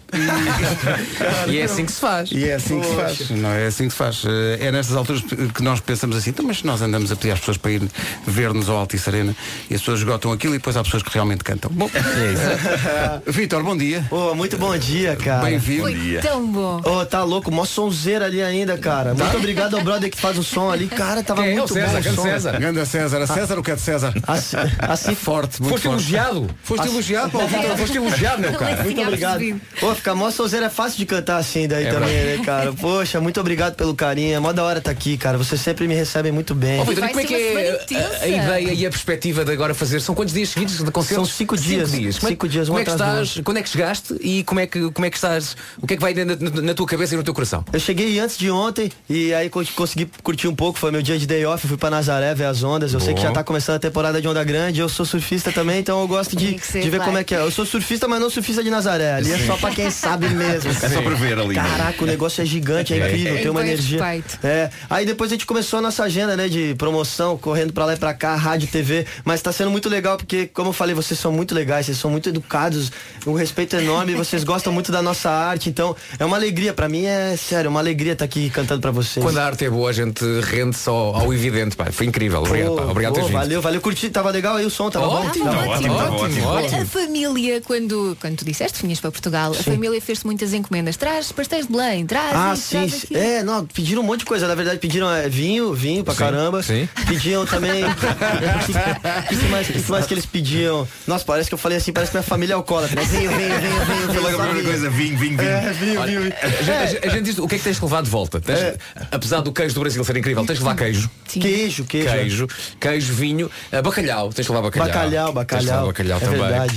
Speaker 6: E é assim que se faz.
Speaker 2: [LAUGHS] E é assim que se faz. Não é assim que se faz. Eh, É nestas alturas que nós pensamos assim, então, mas nós andamos a pedir às pessoas para ir ver-nos ao Alto e Serena e as pessoas esgotam aquilo e depois há pessoas que realmente cantam. [LAUGHS] Bom, [LAUGHS] Vítor, bom dia.
Speaker 12: Ô, muito bom dia, cara.
Speaker 2: Bem-vindo.
Speaker 3: Foi tão bom.
Speaker 12: Ô, tá louco, mó sonzeira ali ainda, cara. Muito obrigado ao brother que faz o som ali. Cara,
Speaker 6: Tá.
Speaker 12: tava
Speaker 6: Quem é?
Speaker 12: muito
Speaker 6: O César,
Speaker 12: bom
Speaker 6: grande
Speaker 12: o som.
Speaker 6: César.
Speaker 2: Ganda César, a César o que é de César?
Speaker 12: Assim, assim
Speaker 2: Forte, muito
Speaker 6: Foste
Speaker 2: forte.
Speaker 6: elogiado.
Speaker 2: Foste elogiado, Paulo Vítor, foste
Speaker 6: elogiado, meu cara.
Speaker 12: Muito obrigado. Pô, ficar mó sonzeira é fácil de cantar assim daí
Speaker 6: É
Speaker 12: também,
Speaker 6: verdade.
Speaker 12: né, cara? Poxa, muito obrigado pelo carinho. É mó da hora tá aqui, cara. Vocês sempre me recebem muito bem.
Speaker 6: Ó, Vitor,
Speaker 3: Vai
Speaker 6: e como é que
Speaker 3: ser uma
Speaker 6: é
Speaker 3: semana
Speaker 6: a- a,
Speaker 3: intensa.
Speaker 6: ideia e a perspectiva de agora fazer? São quantos dias seguidos de concertos?
Speaker 12: São cinco dias.
Speaker 6: Como é,
Speaker 12: Cinco dias, um
Speaker 6: como é que
Speaker 12: atrás do
Speaker 6: estás? Quando é que chegaste e como é que, como é que estás? O que é que vai na, na- na tua cabeça e no teu coração?
Speaker 12: Eu cheguei antes de ontem e aí co- consegui curtir um pouco, foi meu dia de day off, fui pra Nazaré ver as as ondas. Eu sei que
Speaker 13: Bom.
Speaker 12: já tá começando a temporada de onda grande. Eu sou surfista também, então eu gosto de,
Speaker 13: Tem que ser,
Speaker 12: de ver
Speaker 13: vai.
Speaker 12: como é que é. Eu sou surfista, mas não surfista de Nazaré. Ali é
Speaker 13: Sim.
Speaker 12: só pra quem sabe mesmo.
Speaker 13: É
Speaker 12: cara.
Speaker 13: só pra ver ali.
Speaker 12: Caraca, o negócio é gigante, é
Speaker 13: É.
Speaker 12: incrível, tem uma
Speaker 13: Impõe
Speaker 12: energia.
Speaker 13: respeito.
Speaker 12: É. Aí depois a gente começou a nossa agenda, né, de promoção, correndo pra lá e pra cá, rádio, TV. Mas tá sendo muito legal porque, como eu falei, vocês são muito legais, vocês são muito educados, um respeito enorme, vocês gostam muito da nossa arte. Então, é uma alegria. Pra mim é sério, uma alegria estar aqui cantando pra vocês.
Speaker 6: Quando a arte é boa, a gente rende só ao evidente, pá. Foi incrível. Obrigado, pá. Obrigado por
Speaker 12: Pô,
Speaker 6: teres vindo.
Speaker 12: valeu, valeu, curti, tava legal aí o som, tava bom.
Speaker 6: Ótimo,
Speaker 12: Tava
Speaker 6: ótimo,
Speaker 12: tava
Speaker 6: ótimo,
Speaker 12: tava
Speaker 6: ótimo.
Speaker 12: bom.
Speaker 3: A família, quando, quando tu disseste que vinhas para Portugal, a família fez-te muitas encomendas. Traz pastéis de Belém, traz
Speaker 12: Ah,
Speaker 3: isto,
Speaker 12: sim.
Speaker 3: traz
Speaker 12: sim.
Speaker 3: aquilo.
Speaker 12: É, não, pediram um monte de coisa. Na verdade, pediram eh, vinho, vinho pra
Speaker 13: Sim,
Speaker 12: caramba.
Speaker 13: sim.
Speaker 12: Pediam também. [LAUGHS] O que, que mais, que mais que eles pediam? Nossa, parece que eu falei assim, parece que minha família é alcoólatra. né? Vinho, vinho, vinho, vinho.
Speaker 10: Foi logo a primeira coisa, vinho, vinho, vinho.
Speaker 12: É, vinho,
Speaker 6: Olha,
Speaker 12: vinho, vinho.
Speaker 6: a gente- a gente- a gente diz, o que é que tens de levar de volta? Tens-
Speaker 12: É.
Speaker 6: Apesar do queijo do Brasil ser incrível, tens de levar queijo.
Speaker 12: Queijo, queijo.
Speaker 6: Queijo, queijo, vinho, eh, bacalhau, tens de levar bacalhau.
Speaker 12: Bacalhau,
Speaker 6: Tens de levar bacalhau também.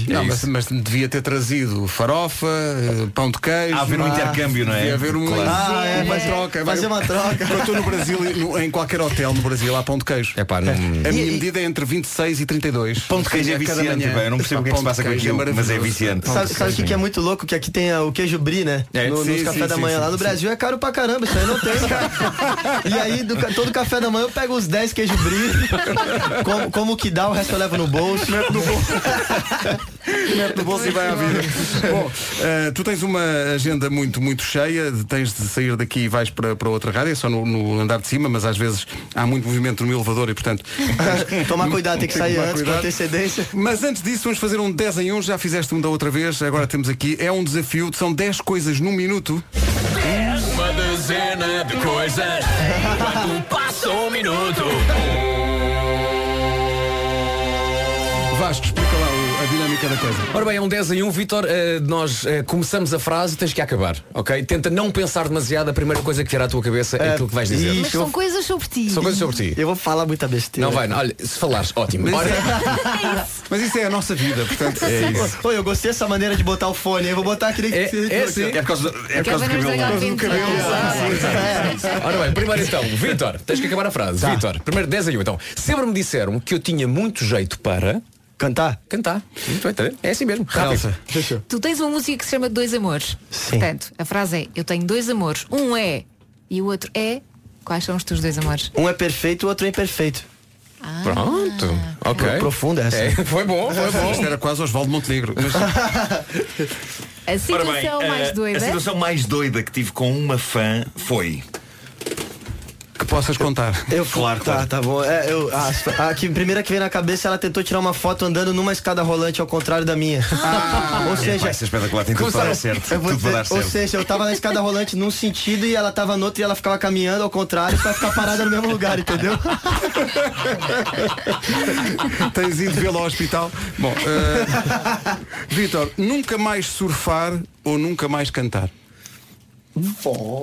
Speaker 6: É
Speaker 2: Não, mas,
Speaker 6: isso.
Speaker 2: mas devia ter trazido farofa, eh, pão de queijo. Ah,
Speaker 10: Há haver um intercâmbio, não é?
Speaker 2: Devia haver um,
Speaker 10: Claro.
Speaker 12: Ah, é,
Speaker 2: uma
Speaker 12: mas-
Speaker 2: troca.
Speaker 12: fazer
Speaker 2: vai-
Speaker 12: uma troca.
Speaker 2: Quando eu estou no Brasil, e no- em qualquer hotel no Brasil, há pão de queijo.
Speaker 6: É pá, não...
Speaker 2: [LAUGHS] A minha medida é entre 26 e 32.
Speaker 10: Pão de queijo é
Speaker 2: A cada
Speaker 10: viciante,
Speaker 2: manhã.
Speaker 10: pá, eu não percebo o que é que se
Speaker 2: Pão de
Speaker 10: passa com
Speaker 2: queijo
Speaker 10: aquilo, mas é
Speaker 2: maravilhoso.
Speaker 10: viciante.
Speaker 2: Pão de
Speaker 12: Sabe, sabe o que,
Speaker 2: queijo.
Speaker 12: que é muito louco? Que aqui tem ah, o queijo brie, né?
Speaker 2: É,
Speaker 12: no,
Speaker 2: sim,
Speaker 12: nos café
Speaker 2: sim,
Speaker 12: da
Speaker 2: sim,
Speaker 12: manhã.
Speaker 2: sim,
Speaker 12: Lá no
Speaker 2: sim.
Speaker 12: Brasil é caro pra caramba, isso aí não tem, [LAUGHS] cara. E aí, do ca- todo café da manhã eu pego uns 10 queijo brie, como, como o que dá, o resto eu levo no bolso. no bolso.
Speaker 2: Mete [LAUGHS] no bolso e vai à vida. Bom, eh, tu tens uma agenda muito, muito cheia, tens de sair daqui e vais para, para outra rádio, é só no, no andar de cima, mas às vezes há muito movimento no elevador e [LAUGHS] portanto.
Speaker 12: Tomar cuidado, tem que sair
Speaker 2: tomar
Speaker 12: antes, com
Speaker 2: cuidado.
Speaker 12: antecedência.
Speaker 2: Mas antes disso, vamos fazer um 10 em 1, já fizeste um da outra vez, agora temos aqui, é um desafio, são 10 coisas num minuto.
Speaker 13: Uma dezena de coisas Quando passa um minuto
Speaker 2: Vasco, explica lá o- a dinâmica da coisa.
Speaker 6: Ora bem, é um 10 em 1, Vitor. eh, nós eh, começamos a frase, tens que acabar, ok? Tenta não pensar demasiado, a primeira coisa que vier à tua cabeça é aquilo que vais dizer.
Speaker 3: Mas são coisas sobre ti.
Speaker 6: São coisas sobre ti.
Speaker 12: Eu vou falar muita besteira.
Speaker 6: Não vai, não. olha, se falares, ótimo.
Speaker 2: Mas
Speaker 6: Ora,
Speaker 2: Mas isso é a nossa vida, [LAUGHS] portanto.
Speaker 6: É isso.
Speaker 12: Oi, eu gostei dessa maneira de botar o fone, eu vou botar aquele [LAUGHS]
Speaker 6: É- é sim.
Speaker 12: é
Speaker 10: por causa do, é por causa do cabelo.
Speaker 6: Ora bem, primeiro então, Vitor, tens que acabar a frase. Vitor, primeiro 10 em 1. Então, sempre me disseram que eu tinha muito jeito para.
Speaker 12: Cantar?
Speaker 6: Cantar. Muito bem, tá vendo? É assim mesmo. Rápido.
Speaker 2: Elsa,
Speaker 3: Tu tens uma música que se chama Dois Amores. Portanto, a frase é: Eu tenho dois amores. Um é e o outro é. Quais são os teus dois amores? Ah.
Speaker 12: Um é perfeito, o outro é imperfeito.
Speaker 6: Pronto. Ok.
Speaker 12: Profunda essa.
Speaker 6: É, foi bom, foi
Speaker 2: Isto
Speaker 6: bom.
Speaker 2: era quase Oswaldo Montenegro. Mas...
Speaker 3: A
Speaker 10: Ora
Speaker 3: situação
Speaker 10: bem,
Speaker 3: mais
Speaker 10: eh,
Speaker 3: doida.
Speaker 10: A situação mais doida que tive com uma fã foi.
Speaker 2: Que possas contar.
Speaker 12: Eu
Speaker 10: Claro,
Speaker 12: tá,
Speaker 10: claro.
Speaker 12: tá bom. É, eu, a, a que- primeira que veio na cabeça, ela tentou tirar uma foto andando numa escada rolante ao contrário da minha. [LAUGHS] ou
Speaker 10: É,
Speaker 12: seja,
Speaker 10: pá, isso é espetacular, tem tudo para dar certo.
Speaker 12: eu vou
Speaker 10: Tudo para dar
Speaker 12: dizer- ou
Speaker 10: certo.
Speaker 12: seja, eu tava na escada rolante num sentido e ela tava no outro e ela ficava caminhando ao contrário pra ficar parada no mesmo lugar, entendeu?
Speaker 2: Tens ido vê-lo ao hospital. Bom, eh, [LAUGHS] Vitor, nunca mais surfar ou nunca mais cantar?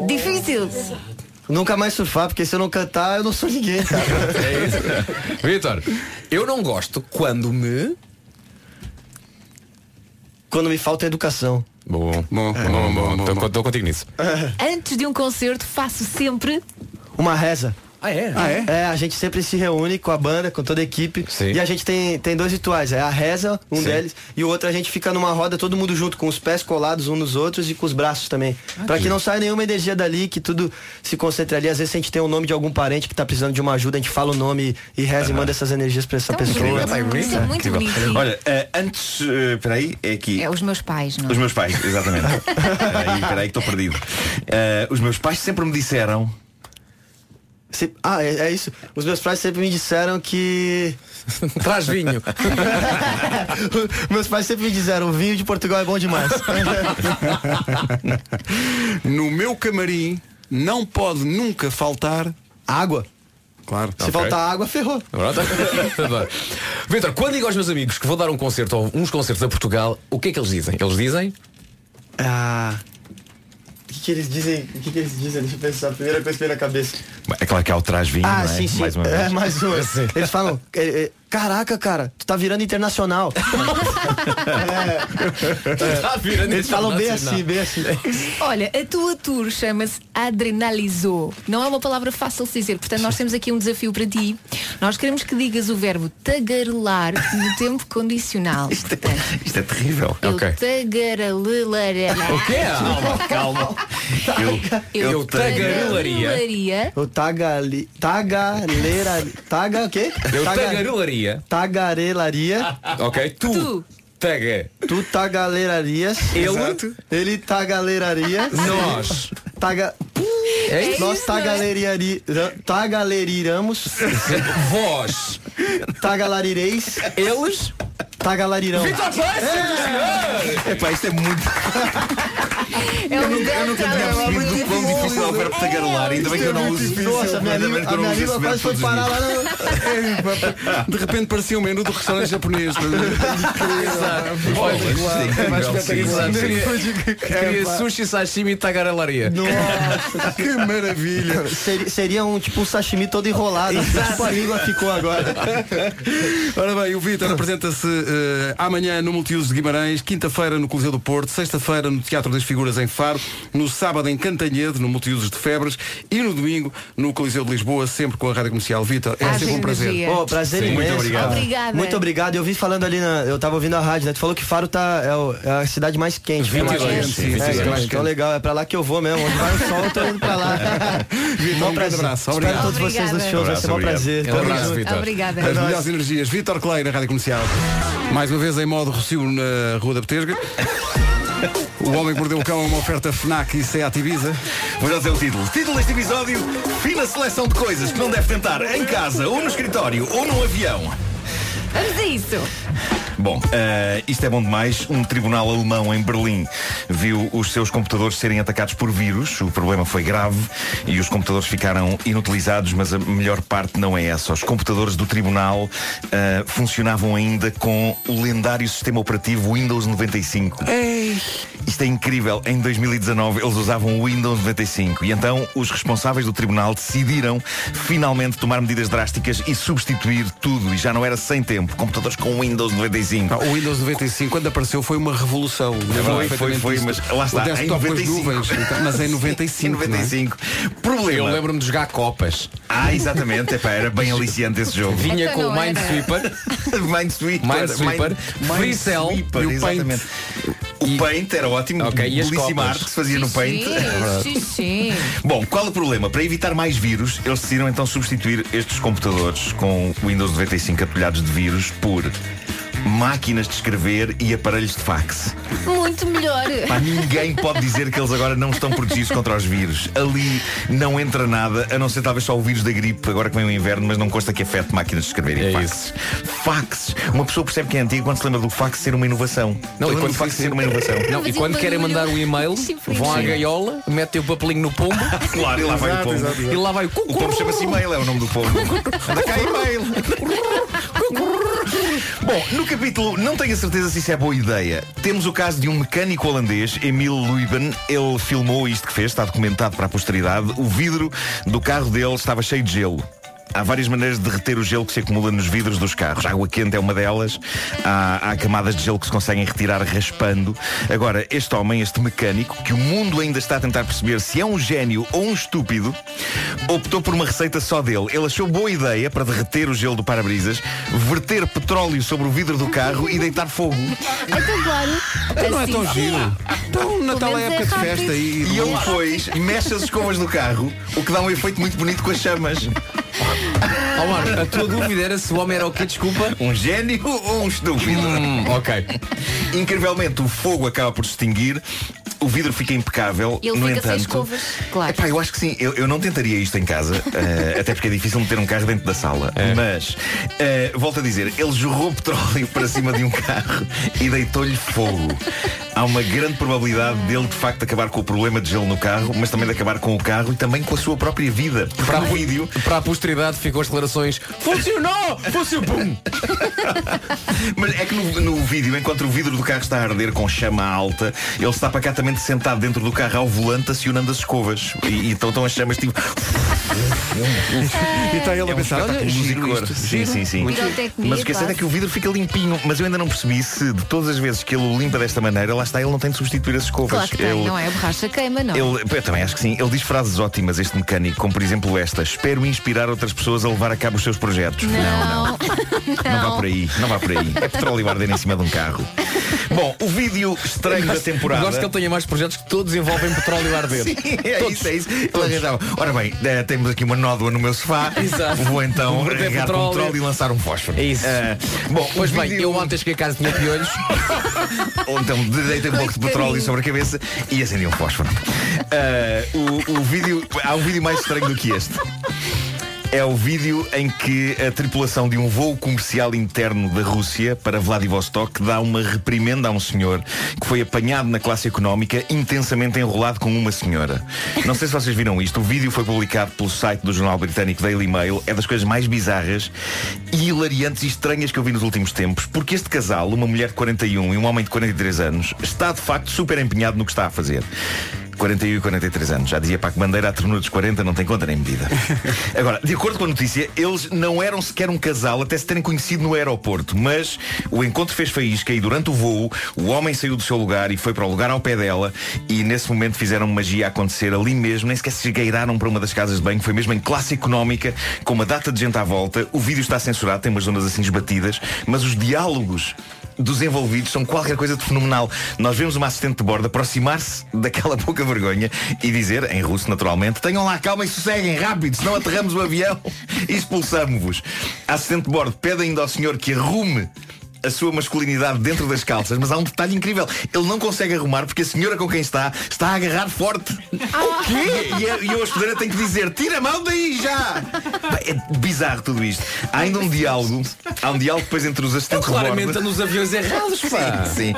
Speaker 3: Difícil.
Speaker 12: Nunca mais surfar, porque se eu não cantar, eu não sou ninguém, cara.
Speaker 6: É isso. Vitor, eu não gosto quando me.
Speaker 12: Quando me falta é educação.
Speaker 6: Bom,
Speaker 2: Bom,
Speaker 6: bom, bom. Estou contigo nisso.
Speaker 3: Antes de um concerto, faço sempre.
Speaker 12: Uma reza.
Speaker 6: Ah, é?
Speaker 2: Ah, é?
Speaker 12: É, a gente sempre se reúne com a banda, com toda a equipe.
Speaker 6: Sim.
Speaker 12: E a gente tem, tem dois rituais. É a reza, um deles, e o outro a gente fica numa roda, todo mundo junto, com os pés colados uns nos outros e com os braços também. pra Ah, que não saia nenhuma energia dali, que tudo se concentre ali. Às vezes se a gente tem o nome de algum parente que tá precisando de uma ajuda, a gente fala o nome e reza e manda essas energias pra essa
Speaker 3: Tão
Speaker 12: pessoa.
Speaker 3: bonito.
Speaker 6: Tá bonito,
Speaker 3: Isso é muito
Speaker 10: Incrível.
Speaker 3: bonito. sim.
Speaker 10: Olha, eh, antes. eh, peraí, é aqui.
Speaker 3: É os meus pais,
Speaker 12: Ah.
Speaker 3: não?
Speaker 10: Os meus pais,
Speaker 12: [LAUGHS]
Speaker 10: exatamente. peraí, peraí, que estou perdido. Eh, os meus pais sempre me disseram.
Speaker 12: Se- ah, é, é isso. Os meus pais sempre me disseram que. [LAUGHS]
Speaker 6: Traz [LAUGHS] vinho.
Speaker 12: meus pais sempre me disseram, o vinho de Portugal é bom demais.
Speaker 2: No meu camarim não pode nunca faltar.
Speaker 12: água.
Speaker 2: Claro.
Speaker 12: Se faltar água, ferrou.
Speaker 6: Pronto. Adoro. Vitor, quando digo aos meus amigos que vou dar um concerto ou uns concertos a Portugal, o que é que eles dizem? Eles dizem.
Speaker 12: Ah. O que, que eles dizem? O que, que eles dizem? Deixa eu pensar. A primeira coisa que veio na cabeça.
Speaker 10: É claro que há o trás vinho,
Speaker 12: Ah,
Speaker 10: não é?
Speaker 12: sim, sim.
Speaker 10: Mais uma vez.
Speaker 12: É, mais uma. Eles falam. é, é, Caraca, cara, tu tá virando internacional. É.
Speaker 13: Tu tá virando
Speaker 12: Eles falam bem
Speaker 13: internacional.
Speaker 12: assim, bem assim.
Speaker 3: Olha, a tua tour chama-se Adrenalizou. Não é uma palavra fácil de se dizer, portanto nós temos aqui um desafio para ti. Nós queremos que digas o verbo tagarelar no tempo condicional.
Speaker 10: Isto é terrível.
Speaker 3: Eu tagarelarei.
Speaker 10: O
Speaker 6: [LAUGHS]
Speaker 10: quê?
Speaker 13: calma.
Speaker 10: Calma, Eu- eu tagarelaria.
Speaker 3: tagarelaria.
Speaker 12: Eu tagali, tagaleira, taga o quê?
Speaker 13: Eu
Speaker 12: Taga-
Speaker 13: tagarelaria.
Speaker 12: Tagarelaria.
Speaker 13: Ok, tu. Taga.
Speaker 12: Tu tagalerarias.
Speaker 13: Ele. Exato.
Speaker 12: Ele tagaleraria.
Speaker 13: Nós.
Speaker 12: Taga.
Speaker 13: É isso,
Speaker 12: Nós tagaleriari- tagaleriramos.
Speaker 13: Vós.
Speaker 12: Tagalarireis.
Speaker 13: Eles.
Speaker 12: Tagalarirão.
Speaker 13: Vitor Pérez,
Speaker 10: Epá, isto é muito.
Speaker 3: um
Speaker 13: Eu
Speaker 12: nunca- eu nunca tinha percebido
Speaker 10: o quão difícil é o verbo tagarelar, ainda bem que eu não uso isso.
Speaker 12: Nossa, minha
Speaker 10: Ainda bem
Speaker 12: língua-
Speaker 10: que eu
Speaker 12: a
Speaker 10: não
Speaker 12: minha
Speaker 10: uso
Speaker 12: língua
Speaker 10: esse verbo
Speaker 12: quase foi
Speaker 10: um todos os
Speaker 12: parar lá
Speaker 10: dias.
Speaker 12: no...
Speaker 2: De repente parecia um menu do restaurante japonês. é
Speaker 6: é Queria sushi, sashimi e tagarelaria.
Speaker 12: Que maravilha! Seria, seria um tipo um sashimi todo enrolado. Tipo a língua ficou agora.
Speaker 2: [LAUGHS] Ora bem, o Vitor apresenta-se eh, amanhã no Multiuso de Guimarães, quinta-feira no Coliseu do Porto, sexta-feira no Teatro das Figuras em Faro, no sábado em Cantanhede, no Multiusos de Febres e no domingo no Coliseu de Lisboa, sempre com a Rádio Comercial. Vitor, é
Speaker 12: Ah,
Speaker 2: sempre um
Speaker 12: sim,
Speaker 2: prazer.
Speaker 12: energia. Oh, prazer imenso,
Speaker 2: Muito
Speaker 12: cara.
Speaker 2: obrigado.
Speaker 3: Obrigada.
Speaker 12: Muito obrigado. Eu vi falando ali na. Eu tava ouvindo a rádio, né? Tu falou que Faro tá, é, o- é a cidade mais quente.
Speaker 2: 22,
Speaker 12: É, mais
Speaker 2: sim,
Speaker 12: quente.
Speaker 2: 22,
Speaker 12: É, então,
Speaker 2: mais
Speaker 12: então
Speaker 2: quente.
Speaker 12: legal, é pra lá que eu vou mesmo. Onde vai o sol, eu tô indo
Speaker 2: [LAUGHS]
Speaker 12: pra lá.
Speaker 2: Vitor, um grande abraço.
Speaker 12: Espero
Speaker 2: Obrigado.
Speaker 12: todos vocês nos shows, vai ser um prazer.
Speaker 2: Obrigado,
Speaker 12: Tamo
Speaker 2: abraço,
Speaker 12: junto.
Speaker 2: Vitor.
Speaker 3: Obrigada.
Speaker 2: As
Speaker 12: É
Speaker 2: melhores
Speaker 12: nóis.
Speaker 2: energias. Vitor Clay na Rádio Comercial. Mais uma vez em modo Rocio na Rua da Petesga. O Homem que Mordeu o Cão é uma oferta FNAC e SEAT Ibiza.
Speaker 10: Vou já dizer o título. Título deste episódio: Fina seleção de coisas que não deve tentar em casa, ou no escritório, ou num avião.
Speaker 3: Vamos a isso.
Speaker 10: Bom, eh, isto é bom demais. Um tribunal alemão em Berlim viu os seus computadores serem atacados por vírus. O problema foi grave e os computadores ficaram inutilizados, mas a melhor parte não é essa. Os computadores do tribunal eh, funcionavam ainda com o lendário sistema operativo Windows 95. Isto é incrível. Em 2019 eles usavam o Windows 95 e então os responsáveis do tribunal decidiram finalmente tomar medidas drásticas e substituir tudo. E já não era sem tempo. Computadores com Windows 95.
Speaker 2: O Windows 95, quando apareceu, foi uma revolução. Lembro
Speaker 10: Foi, foi,
Speaker 2: perfeitamente
Speaker 10: foi,
Speaker 2: disso.
Speaker 10: mas lá está.
Speaker 2: O
Speaker 10: Em
Speaker 2: desktop com as
Speaker 10: 95.
Speaker 2: nuvens, então, mas em 95.
Speaker 10: Em
Speaker 2: não é?
Speaker 10: 95. Problema.
Speaker 6: Eu lembro-me de jogar copas.
Speaker 10: Ah, exatamente. Epá, era bem aliciante esse jogo. [LAUGHS]
Speaker 6: Vinha com o Minesweeper.
Speaker 10: Minesweeper.
Speaker 6: Minesweeper.
Speaker 10: Mind-
Speaker 6: Free Cell.
Speaker 10: Minesweeper,
Speaker 6: E o Paint.
Speaker 10: exatamente. O Paint era ótimo.
Speaker 6: Ok, e as
Speaker 10: belíssima
Speaker 6: copas?
Speaker 10: arte que se fazia no é Paint.
Speaker 3: Sim, sim.
Speaker 10: [LAUGHS] Bom, qual o problema? Para evitar mais vírus, eles decidiram então substituir estes computadores com Windows 95 atulhados de vírus por máquinas de escrever e aparelhos de fax.
Speaker 3: Muito melhor.
Speaker 10: Pá, ninguém pode dizer que eles agora não estão protegidos contra os vírus. Ali não entra nada, a não ser talvez só o vírus da gripe, agora que vem o inverno, mas não consta que afete máquinas de escrever e faxes. Faxes. Uma pessoa percebe que é antiga quando se lembra do fax ser uma inovação.
Speaker 6: Não, e
Speaker 10: lembra
Speaker 6: quando
Speaker 10: do fax
Speaker 6: sim, sim.
Speaker 10: ser uma inovação.
Speaker 6: Não, e quando querem mandar o e-mail, vão à
Speaker 10: Sim.
Speaker 6: gaiola, metem o papelinho no pombo.
Speaker 10: [LAUGHS] Claro, e lá vai o pombo.
Speaker 6: E lá vai o
Speaker 10: O pombo chama-se e-mail, é o nome do pombo. Anda cá e-mail. Bom, no capítulo, não tenho a certeza se isso é boa ideia. Temos o caso de um mecânico holandês, Emil Luyben. Ele filmou isto que fez, está documentado para a posteridade. O vidro do carro dele estava cheio de gelo. Há várias maneiras de derreter o gelo que se acumula nos vidros dos carros. A água quente é uma delas. Há, há camadas de gelo que se conseguem retirar raspando. Agora, este homem, este mecânico, que o mundo ainda está a tentar perceber se é um gênio ou um estúpido, optou por uma receita só dele. Ele achou boa ideia para derreter o gelo do para-brisas, verter petróleo sobre o vidro do carro e deitar fogo.
Speaker 8: Então, claro.
Speaker 2: Então não é tão giro. Então Natal é época de festa e.
Speaker 10: E ele depois mexe as escovas do carro, o que dá um efeito muito bonito com as chamas.
Speaker 6: Ó Marco, a tua dúvida era se o homem era o quê, desculpa? Hum,
Speaker 10: Um gênio ou um estúpido?
Speaker 6: ok.
Speaker 10: Incrivelmente, o fogo acaba por se extinguir, o vidro fica impecável.
Speaker 3: Ele
Speaker 10: no
Speaker 3: fica sem
Speaker 10: entanto,
Speaker 3: escovas. Claro.
Speaker 10: Epá, eu acho que sim, eu, eu não tentaria isto em casa, [LAUGHS] eh, até porque é difícil meter um carro dentro da sala.
Speaker 6: É.
Speaker 10: Mas, eh, volto a dizer, ele jorrou petróleo para cima de um carro e deitou-lhe fogo. Há uma grande probabilidade dele de facto acabar com o problema de gelo no carro, mas também de acabar com o carro e também com a sua própria vida. Porque
Speaker 6: Para a,
Speaker 10: no
Speaker 6: pu-
Speaker 10: vídeo
Speaker 6: para a posteridade ficou as declarações. Funcionou! Funcionou! Bum!
Speaker 10: Mas é que no, no vídeo, enquanto o vidro do carro está a arder com chama alta, ele está pacatamente gente sentado dentro do carro ao volante acionando as escovas. E, e então estão as chamas tipo. é um
Speaker 2: e está
Speaker 6: É um
Speaker 2: ele a pensar, olha, giro isto,
Speaker 10: Sim,
Speaker 2: giro.
Speaker 10: sim, sim.
Speaker 2: Pirotecnia,
Speaker 10: Mas o que é certo é que o vidro fica limpinho. Mas eu ainda não percebi se de todas as vezes que ele o limpa desta maneira, lá está, ele não tem de substituir as escovas.
Speaker 3: Claro que tem,
Speaker 10: Ele-
Speaker 3: não é? A borracha queima, não.
Speaker 10: ele, eu também acho que sim. Ele diz frases ótimas, este mecânico, como por exemplo esta: Espero inspirar outras pessoas a levar a cabo os seus projetos.
Speaker 3: Não, [LAUGHS]
Speaker 10: Não vá por aí, não vá por aí. É petróleo e bardeira em cima de um carro. Bom, o vídeo estranho da temporada.
Speaker 6: Gosto que ele tenha mais projetos que todos envolvem petróleo e arder.
Speaker 10: [LAUGHS] Sim, é isso, é isso. Ele arranjava. Ora bem, eh, temos aqui uma nódoa no meu sofá.
Speaker 6: Exato.
Speaker 10: Vou então
Speaker 6: Vou perder
Speaker 10: regar com
Speaker 6: petróleo. É
Speaker 10: petróleo e lançar um fósforo.
Speaker 6: isso.
Speaker 10: Eh, bom,
Speaker 6: pois
Speaker 10: o
Speaker 6: bem,
Speaker 10: vídeo-
Speaker 6: eu ontem cheguei a casa e tinha piolhos.
Speaker 10: Ou então deita um pouco de petróleo sobre a cabeça e acendi um fósforo. Ah, o, o vídeo, há um vídeo mais estranho do que este. É o vídeo em que a tripulação de um voo comercial interno da Rússia para Vladivostok dá uma reprimenda a um senhor que foi apanhado na classe económica intensamente enrolado com uma senhora. Não sei se vocês viram isto. O vídeo foi publicado pelo site do jornal britânico Daily Mail. É das coisas mais bizarras e hilariantes e estranhas que eu vi nos últimos tempos. Porque este casal, uma mulher de 41 e um homem de 43 anos, está de facto super empenhado no que está a fazer. 41 e 43 anos. Já dizia Paco Bandeira, a ternura dos 40 não tem conta nem medida. Agora, de acordo com a notícia, eles não eram sequer um casal até se terem conhecido no aeroporto, mas o encontro fez faísca e durante o voo o homem saiu do seu lugar e foi para o lugar ao pé dela e nesse momento fizeram magia acontecer ali mesmo, nem sequer se esgueiraram para uma das casas de banho, foi mesmo em classe económica, com uma data de gente à volta, o vídeo está censurado, tem umas zonas assim esbatidas, mas os diálogos dos envolvidos são qualquer coisa de fenomenal. Nós vemos uma assistente de bordo aproximar-se daquela [LAUGHS] pouca vergonha e dizer, em russo naturalmente, tenham lá calma e sosseguem rápido, senão aterramos o avião [LAUGHS] e expulsamos-vos. A assistente de bordo pede ainda ao senhor que arrume a sua masculinidade dentro das calças, mas há um detalhe incrível. Ele não consegue arrumar porque a senhora com quem está está a agarrar forte. O quê? E a, e a hospedeira tem que dizer, tira a mão daí já! Bem, É bizarro tudo isto. Há ainda um diálogo, há um diálogo depois entre os assistentes de
Speaker 6: Claramente
Speaker 10: bordo.
Speaker 6: nos aviões errados, pá.
Speaker 10: Sim, sim.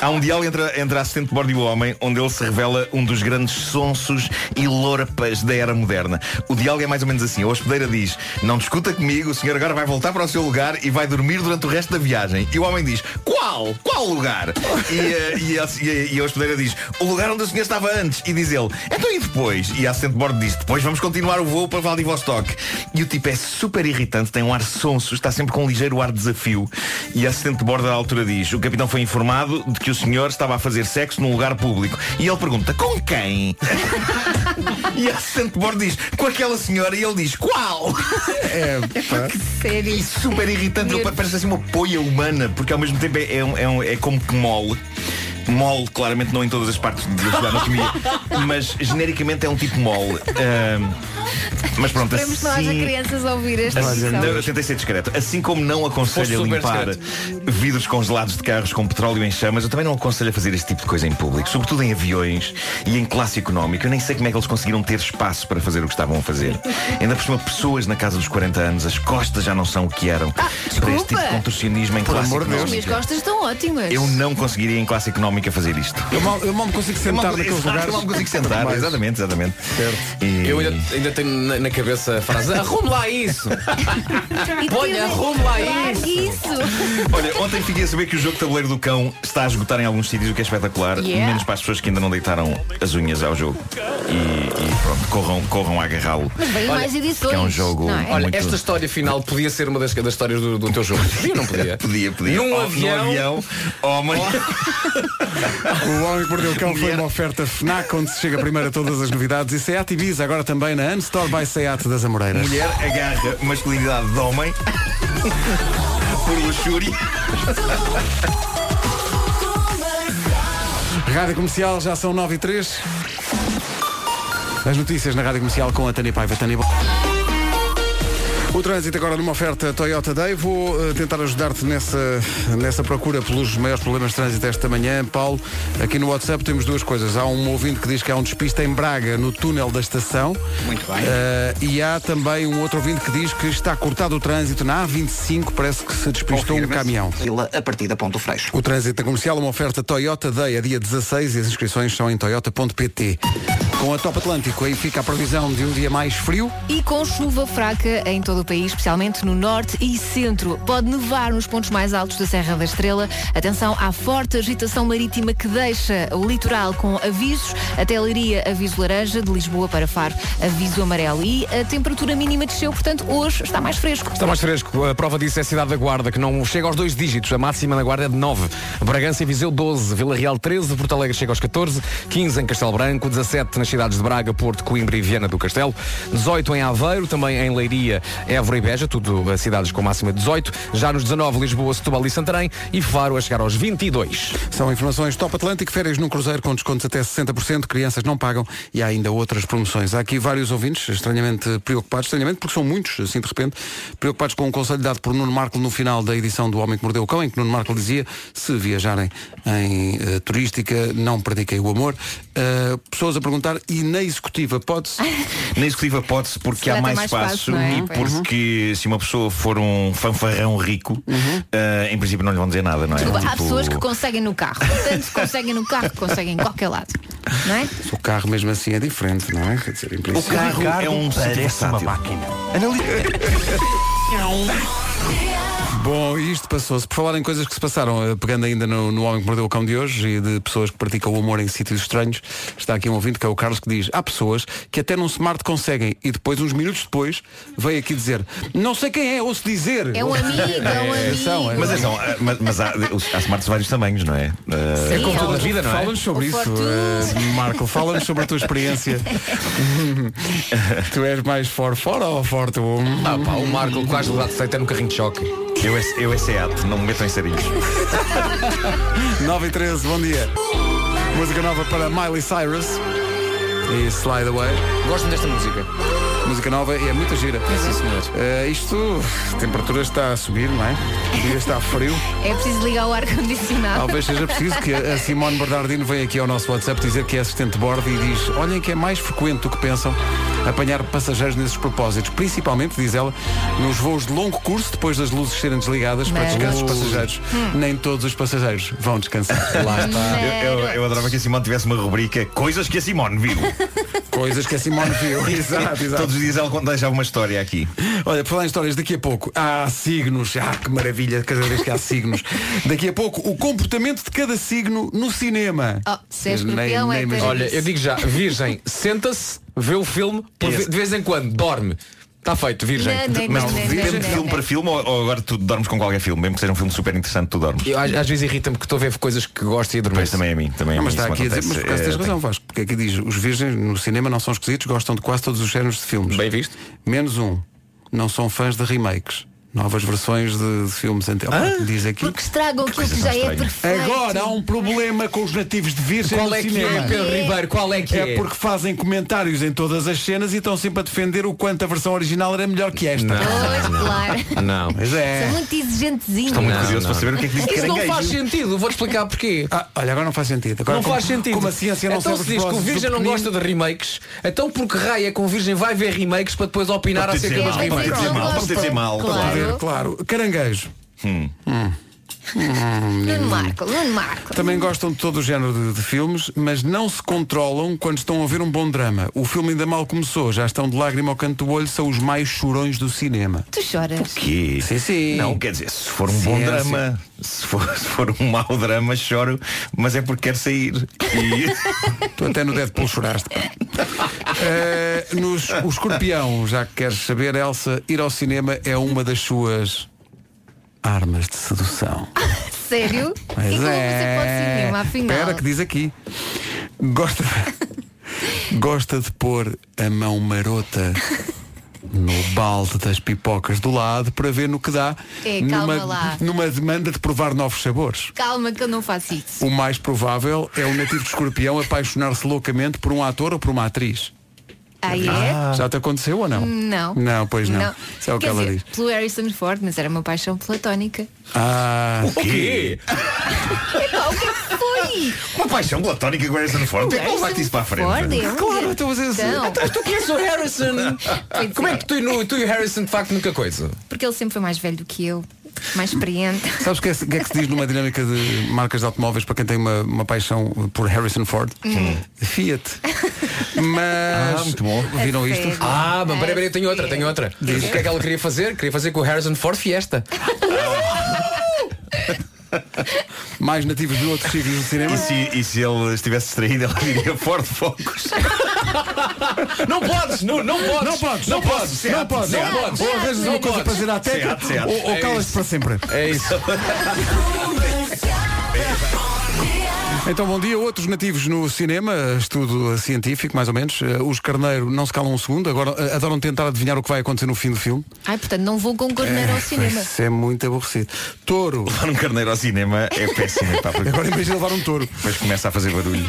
Speaker 10: Há um diálogo entre, entre a assistente de bordo e o homem, onde ele se revela um dos grandes sonsos e lorpas da era moderna. O diálogo é mais ou menos assim. A hospedeira diz, não discuta comigo, o senhor agora vai voltar para o seu lugar e vai dormir durante o resto da viagem. E o homem diz, qual? Qual lugar? E, eh, e, a, e, a, e a hospedeira diz, o lugar onde o senhor estava antes. E diz ele, então e depois? E a assistente de bordo diz, depois vamos continuar o voo para Vladivostok. E o tipo é super irritante, tem um ar sonso, está sempre com um ligeiro ar de desafio. E a assistente de bordo à altura diz, o capitão foi informado de que o senhor estava a fazer sexo num lugar público. E ele pergunta, com quem? e a assistente de bordo diz, com aquela senhora. E ele diz, qual? É,
Speaker 3: Sério.
Speaker 10: E super irritante, ele parece assim uma poia humana, porque ao mesmo tempo é, é um- é um- é como que mole. Mole, claramente não em todas as partes da da anatomia, mas genericamente é um tipo mole. Ahm, mas pronto,
Speaker 3: Esperemos que não haja
Speaker 10: assim,
Speaker 3: crianças a ouvir esta
Speaker 10: Assim-
Speaker 3: edição.
Speaker 10: não, eu tentei ser discreto. Assim como não
Speaker 6: então. Foste
Speaker 10: aconselho a
Speaker 6: super
Speaker 10: limpar vidros congelados de carros com petróleo em chamas, eu também não aconselho a fazer esse tipo de coisa em público, sobretudo em aviões e em classe económica. Eu nem sei como é que eles conseguiram ter espaço para fazer o que estavam
Speaker 6: [LAUGHS]
Speaker 10: a fazer. Ainda por cima, pessoas na casa dos 40 anos, as costas já não são o que
Speaker 6: Ah,
Speaker 10: eram. para este tipo de
Speaker 3: desculpa.
Speaker 10: contorcionismo em classe
Speaker 3: As minhas
Speaker 10: económica.
Speaker 3: costas estão ótimas.
Speaker 10: Eu não conseguiria em classe económica fazer isto.
Speaker 2: Eu mal, eu mal me consigo
Speaker 10: Eu mal-
Speaker 2: sentar naqueles
Speaker 10: Exato,
Speaker 2: lugares.
Speaker 10: Eu mal me consigo sentar,
Speaker 2: Mas-
Speaker 10: exatamente, exatamente. E-
Speaker 6: Eu ainda, ainda tenho na, na cabeça a frase Arrume lá isso!
Speaker 3: E
Speaker 6: Olha,
Speaker 3: tudo-
Speaker 6: arrume lá
Speaker 3: Claro que isso.
Speaker 10: Olha, ontem fiquei a saber que o jogo de tabuleiro do cão está a esgotar em alguns sítios, o que é espetacular,
Speaker 3: Yeah.
Speaker 10: menos para as pessoas que ainda não deitaram as unhas ao jogo. E, e pronto, corram, corram a agarrá-lo.
Speaker 3: Mas vêm mais edições.
Speaker 10: que é um jogo
Speaker 3: não é?
Speaker 6: Olha,
Speaker 10: Muito-
Speaker 6: esta história final podia ser uma das, das histórias do, do teu jogo. Podia ou não podia?
Speaker 10: Podia, podia.
Speaker 6: Num
Speaker 10: Oh,
Speaker 6: avião-
Speaker 10: num avião homem.
Speaker 2: O Homem que Mordeu o Cão foi uma oferta FNAC, onde se chega primeiro a todas as novidades. E Seat Ibiza, agora também na Unstore by Seat das Amoreiras.
Speaker 10: Mulher agarra masculinidade de homem por luxúria.
Speaker 2: Rádio Comercial, já são 9 e 3. As notícias na Rádio Comercial com a Tânia Paiva. Tânia... bom- O trânsito agora numa oferta Toyota Day. Vou eh, tentar ajudar-te nessa, nessa procura pelos maiores problemas de trânsito esta manhã. Paulo, aqui no WhatsApp temos duas coisas. Há um ouvinte que diz que há um despista em Braga, no túnel da estação. Muito bem. e há também um outro ouvinte que diz que está cortado o trânsito na A25. Parece que se despistou um caminhão.
Speaker 4: Fila a partir da Ponto Freixo.
Speaker 2: O trânsito comercial, uma oferta Toyota Day a dia 16 e as inscrições são em toyota.pt. Com a Top Atlântico aí fica a previsão de um dia mais frio.
Speaker 3: E com chuva fraca em todo o país, especialmente no norte e centro. Pode nevar nos pontos mais altos da Serra da Estrela. Atenção à forte agitação marítima que deixa o litoral com avisos. Até Leiria, aviso laranja. De Lisboa para Faro, aviso amarelo. E a temperatura mínima desceu, portanto, hoje está mais fresco.
Speaker 6: Está mais fresco. A prova disso é a cidade da Guarda, que não chega aos dois dígitos. A máxima na Guarda é de 9. Bragança e Viseu 12. Vila Real 13. Porto Alegre chega aos 14. 15 em Castelo Branco. 17 nas cidades de Braga, Porto, Coimbra e Viana do Castelo. 18 em Aveiro. Também em Leiria, Évora e Beja. Tudo eh, cidades com máxima de 18. Já nos 19, Lisboa, Setúbal e Santarém. E Faro a chegar aos 22.
Speaker 2: São informações Top Atlântico, férias num cruzeiro com descontos até 60%, crianças não pagam e há ainda outras promoções. Há aqui vários ouvintes estranhamente preocupados, estranhamente porque são muitos, assim de repente, preocupados com um conselho dado por Nuno Marco no final da edição do Homem que Mordeu o Cão, em que Nuno Marco dizia, se viajarem em eh, turística, não pratiquem o amor. Eh, pessoas a perguntar, e na executiva
Speaker 3: [LAUGHS]
Speaker 2: pode-se?
Speaker 10: Na executiva pode-se porque
Speaker 2: Será
Speaker 10: há
Speaker 2: que
Speaker 10: mais,
Speaker 2: é mais fácil,
Speaker 10: espaço
Speaker 2: não é?
Speaker 10: e
Speaker 2: Pois.
Speaker 10: porque se uma pessoa for um fanfarrão rico, eh, em princípio não lhe vão dizer nada, não é?
Speaker 3: Desculpa, há
Speaker 10: Tipo,
Speaker 3: pessoas que conseguem no carro. Tanto conseguem no carro, conseguem em qualquer lado. Não é?
Speaker 2: O carro mesmo assim é diferente, não é? Quer dizer, em
Speaker 10: O
Speaker 2: princípio-
Speaker 10: carro é um parece uma máquina.
Speaker 2: Bom, e isto passou-se. Por falar em coisas que se passaram, eh, pegando ainda no, no Homem que Mordeu o Cão de hoje e de pessoas que praticam o amor em sítios estranhos, está aqui um ouvinte que é o Carlos que diz há pessoas que até num smart conseguem e depois, uns minutos depois, veio aqui dizer não sei quem é, ouço dizer.
Speaker 3: É um amigo, é um amigo.
Speaker 2: são, é.
Speaker 10: Mas, atenção, eh, mas, mas há, os- há smarts de vários tamanhos, não é? Eh,
Speaker 2: É como toda a vida, não é? Fala-nos sobre isso, eh, Marco. Fala-nos sobre a
Speaker 6: [LAUGHS]
Speaker 2: tua experiência. tu és mais for fora ou forte?
Speaker 6: Ah, pá, o Marco quase levado de é no carrinho de choque.
Speaker 10: Eu é, eu é Seat, não me metam em sarilhos.
Speaker 2: 9 e 13, bom dia. Música nova para Miley Cyrus e Slide Away.
Speaker 6: Gosto desta música.
Speaker 2: Música nova e é muito gira.
Speaker 6: sim, senhor.
Speaker 2: Eh, isto, a temperatura está a subir, não é? O dia está frio.
Speaker 3: É preciso ligar o ar-condicionado.
Speaker 2: Talvez seja preciso que a a Simone Bernardino venha aqui ao nosso WhatsApp dizer que é assistente de bordo e diz olhem que é mais frequente do que pensam apanhar passageiros nesses propósitos, principalmente, diz ela, nos voos de longo curso, depois das luzes serem desligadas para
Speaker 10: Mas-
Speaker 3: Hum.
Speaker 2: descanso dos
Speaker 10: Ui.
Speaker 2: passageiros. Nem todos os passageiros vão descansar.
Speaker 3: [LAUGHS]
Speaker 2: Lá está.
Speaker 10: Eu, eu, eu adorava que a Simone tivesse uma rubrica Coisas que a Simone viu.
Speaker 2: Coisas que a Simone
Speaker 3: [LAUGHS]
Speaker 2: viu. [LAUGHS] Exato, exato.
Speaker 10: Todos os dias ela conta já uma história aqui.
Speaker 2: Olha, por falar em histórias, daqui a pouco há signos. Ah, que maravilha, cada vez que há
Speaker 3: [LAUGHS]
Speaker 2: signos. Daqui a pouco, o comportamento de cada signo no cinema.
Speaker 3: Oh, se é escorpião, é
Speaker 2: imagino.
Speaker 6: Olha, eu digo já, virgem, senta-se, vê o filme, por ve- de vez em quando, dorme. Está feito, virgem.
Speaker 3: Não, é não,
Speaker 10: Mas
Speaker 3: não, não,
Speaker 2: um
Speaker 10: depende
Speaker 3: não,
Speaker 10: de
Speaker 3: não,
Speaker 10: filme
Speaker 3: não.
Speaker 10: para filme ou, ou agora tu dormes com qualquer filme, mesmo que seja um filme super interessante, tu dormes.
Speaker 6: Eu, às, às vezes irrita-me que estou a ver coisas que gosto e é, adormeço.
Speaker 10: Pois, também a mim, também a
Speaker 2: Não, mas
Speaker 10: mim,
Speaker 2: está
Speaker 10: isso
Speaker 2: aqui
Speaker 10: me
Speaker 2: a dizer,
Speaker 10: acontece.
Speaker 2: mas por acaso
Speaker 10: Eh,
Speaker 2: tens razão, Vasco, porque aqui diz, os virgens no cinema não são esquisitos, gostam de quase todos os géneros de filmes. Bem visto. Menos um, não são fãs de remakes. Novas versões de, de filmes anteriores.
Speaker 6: Ah,
Speaker 2: Diz aqui.
Speaker 3: Porque estragam aquilo que já é perfeito.
Speaker 2: Agora há um problema com os nativos de Virgem
Speaker 6: Qual
Speaker 2: no
Speaker 6: é que
Speaker 2: cinema.
Speaker 6: é, Pedro Ribeiro? Qual é que é?
Speaker 2: É porque fazem comentários em todas as cenas e estão sempre a defender o quanto a versão original era melhor que esta.
Speaker 3: Pois, claro.
Speaker 6: Não.
Speaker 2: Mas
Speaker 3: São
Speaker 2: é.
Speaker 3: muito exigentezinhos.
Speaker 2: Estou muito curioso para saber o que é que diz
Speaker 6: Isso não
Speaker 2: caranguejo.
Speaker 6: faz sentido, vou-te explicar porquê.
Speaker 2: Ah, olha, agora não faz sentido. Agora,
Speaker 6: não
Speaker 2: como-
Speaker 6: faz sentido.
Speaker 2: Como a ciência não
Speaker 6: então
Speaker 2: sabe
Speaker 6: se
Speaker 2: os
Speaker 6: diz que o
Speaker 2: propósitos do
Speaker 6: Virgem não
Speaker 2: pequenino,
Speaker 6: gosta de remakes, então porque raia com o Virgem vai ver remakes para depois opinar
Speaker 10: Pode
Speaker 6: acerca
Speaker 10: dizer
Speaker 6: dos
Speaker 10: mal, pode
Speaker 6: remakes?
Speaker 10: dizer mal, pode dizer mal.
Speaker 2: Claro. claro. Caranguejo. Hum. Hum,
Speaker 3: Nuno
Speaker 2: menino.
Speaker 3: Marco, Nuno Marco.
Speaker 2: Também gostam de todo o género de, de filmes, mas não se controlam quando estão a ver um bom drama. O filme ainda mal começou, já estão de lágrima ao canto do olho, são os mais chorões do cinema.
Speaker 3: Tu choras.
Speaker 10: Que...
Speaker 2: Sim, sim.
Speaker 10: Não, quer dizer, se for um
Speaker 2: Sim,
Speaker 10: bom
Speaker 2: é
Speaker 10: drama, se for, [LAUGHS] se for um mau drama, choro, mas é porque quero sair. E...
Speaker 2: tu até no Deadpool choraste. Eh, nos, o escorpião, já que queres saber, Elsa, ir ao cinema é uma das suas armas de sedução.
Speaker 3: Sério? é
Speaker 2: Mas
Speaker 3: e como você pode
Speaker 2: é.
Speaker 3: cinema, afinal?
Speaker 2: Espera que diz aqui.
Speaker 3: [LAUGHS]
Speaker 2: Gosta Gosta de pôr a mão marota no balde das pipocas do lado para ver no que dá
Speaker 3: É, calma
Speaker 2: numa,
Speaker 3: lá.
Speaker 2: numa demanda de provar novos sabores.
Speaker 3: Calma que eu não faço isso.
Speaker 2: O mais provável é o nativo de escorpião apaixonar-se loucamente por um ator ou por uma atriz.
Speaker 3: Aí é?
Speaker 2: Já te aconteceu ou não?
Speaker 3: Não.
Speaker 2: Não, pois não. Isso é o que
Speaker 3: Quer
Speaker 2: ela
Speaker 3: dizer,
Speaker 2: diz.
Speaker 3: Pelo Harrison Ford, mas era uma paixão platónica.
Speaker 2: Ah,
Speaker 10: O quê?
Speaker 3: Epá, o que é que foi?
Speaker 10: Uma paixão platónica com Harrison Ford. Como é que ele bate isso para a
Speaker 3: Ford,
Speaker 10: frente?
Speaker 3: é um
Speaker 2: Claro, estou a fazer assim.
Speaker 3: garotão.
Speaker 6: Então, tu conheces o [LAUGHS] Harrison? Como é que tu, e no- tu e o Harrison de facto nunca coisa?
Speaker 3: Porque ele sempre foi mais velho do que eu. Mais experiente.
Speaker 2: Sabes o que, é, o que é que se diz numa dinâmica de marcas de automóveis para quem tem uma, uma paixão por Harrison Ford?
Speaker 3: Hum.
Speaker 2: Fiat. Mas.
Speaker 6: Ah, muito bom.
Speaker 2: Viram isto?
Speaker 6: Ah, mas peraí, peraí, eu tenho outra, tenho outra. O
Speaker 2: Diz.
Speaker 6: que é que ela queria fazer? Queria fazer com o Harrison Ford Fiesta.
Speaker 2: Mais nativos de outros sítios do cinema.
Speaker 10: E se, e se ele estivesse distraído, ele diria Ford Focus.
Speaker 6: Não podes, não, não podes.
Speaker 2: Não podes,
Speaker 6: não
Speaker 2: não
Speaker 6: podes,
Speaker 2: podes,
Speaker 6: Seat,
Speaker 2: não podes,
Speaker 6: Seat,
Speaker 2: não podes. Ou arranjas
Speaker 6: Seat,
Speaker 2: uma coisa
Speaker 6: Seat.
Speaker 2: para dizer à teca
Speaker 6: Seat, Seat.
Speaker 2: ou, ou
Speaker 6: É
Speaker 2: calas-te
Speaker 6: isso.
Speaker 2: para sempre.
Speaker 6: É [LAUGHS] isso.
Speaker 2: Então, bom dia. Outros nativos no cinema, estudo científico, mais ou menos. Eh, Os carneiro não se calam um segundo, agora eh, adoram tentar adivinhar o que vai acontecer no fim do filme.
Speaker 3: Ai, portanto, não vou com carneiro ao cinema.
Speaker 2: Isso é muito aborrecido. Touro.
Speaker 10: Levar um carneiro ao cinema é péssimo. Pá, porque
Speaker 2: Agora, em vez de levar um touro,
Speaker 10: depois começa a fazer barulho.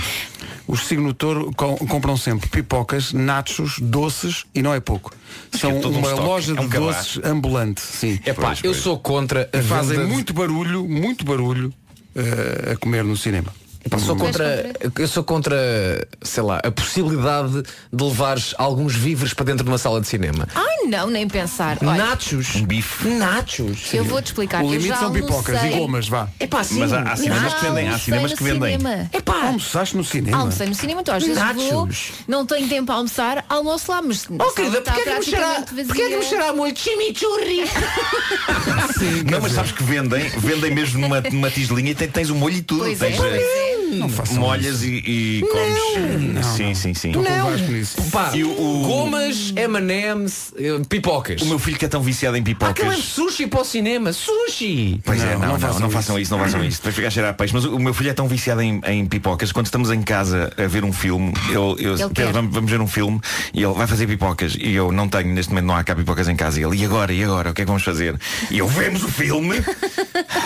Speaker 2: os signo touro com- compram sempre pipocas, nachos, doces e não é pouco. São
Speaker 10: É todo um
Speaker 2: uma
Speaker 10: estoque,
Speaker 2: loja
Speaker 10: é
Speaker 2: de
Speaker 10: um cabaz.
Speaker 2: doces ambulante. Sim.
Speaker 6: É pá, eu sou contra a
Speaker 2: E fazem
Speaker 6: venda de-
Speaker 2: muito barulho, muito barulho eh, a comer no cinema. Hum.
Speaker 6: Eu É sou contra, eu sou contra, sei lá, a possibilidade de levares alguns víveres para dentro de uma sala de cinema.
Speaker 3: Ai, não, nem pensar. Olha,
Speaker 6: Nachos.
Speaker 10: Um bife.
Speaker 6: Nachos.
Speaker 3: eu vou te explicar.
Speaker 2: O
Speaker 3: eu
Speaker 2: limite
Speaker 3: já
Speaker 2: são pipocas e
Speaker 3: almocei.
Speaker 2: gomas, vá.
Speaker 6: É pá, sim.
Speaker 10: Mas há- há cinemas que vendem, há
Speaker 3: almocei
Speaker 10: cinemas
Speaker 3: no
Speaker 10: que vendem.
Speaker 3: cinema.
Speaker 6: É pá.
Speaker 2: Almoçaste no cinema.
Speaker 3: Almocei no cinema, então às vezes vou,
Speaker 6: Nachos.
Speaker 3: não tenho tempo a almoçar, almoço lá, mas
Speaker 6: Oh, querida, porquê é que me cheira- porquê é que me cheira a [LAUGHS]
Speaker 3: muito chimichurri?
Speaker 2: Sim,
Speaker 10: Não, mas sabes que vendem, vendem mesmo numa, numa tigelinha e tem- tens o molho e tudo.
Speaker 3: Pois é,
Speaker 10: tens, eh,
Speaker 3: pois é.
Speaker 2: Não façam
Speaker 10: Molhas e, e comes. sim, sim, sim.
Speaker 2: Não.
Speaker 6: Pá,
Speaker 10: E o- o-
Speaker 6: gomas, M&M's, eh, pipocas.
Speaker 10: O meu filho que é tão viciado em
Speaker 6: Ah, que eu lembro
Speaker 10: pipocas.
Speaker 6: sushi para o cinema. Sushi.
Speaker 10: Pois é,
Speaker 2: é um Não,
Speaker 10: não,
Speaker 2: não
Speaker 10: não,
Speaker 2: façam
Speaker 10: não, façam isso, não
Speaker 2: [LAUGHS]
Speaker 10: façam isso. Depois fica a cheirar a peixe. Mas o, o meu filho é tão viciado em, em pipocas. Quando estamos em casa a ver um filme, eu, eu
Speaker 3: Ele quer.
Speaker 10: Pedro, vamos, vamos ver um filme e ele vai fazer pipocas. E eu não tenho, neste momento não há cá pipocas em casa. E ele, e agora? E agora? O que é que vamos fazer? E eu vemos o filme,
Speaker 2: [LAUGHS]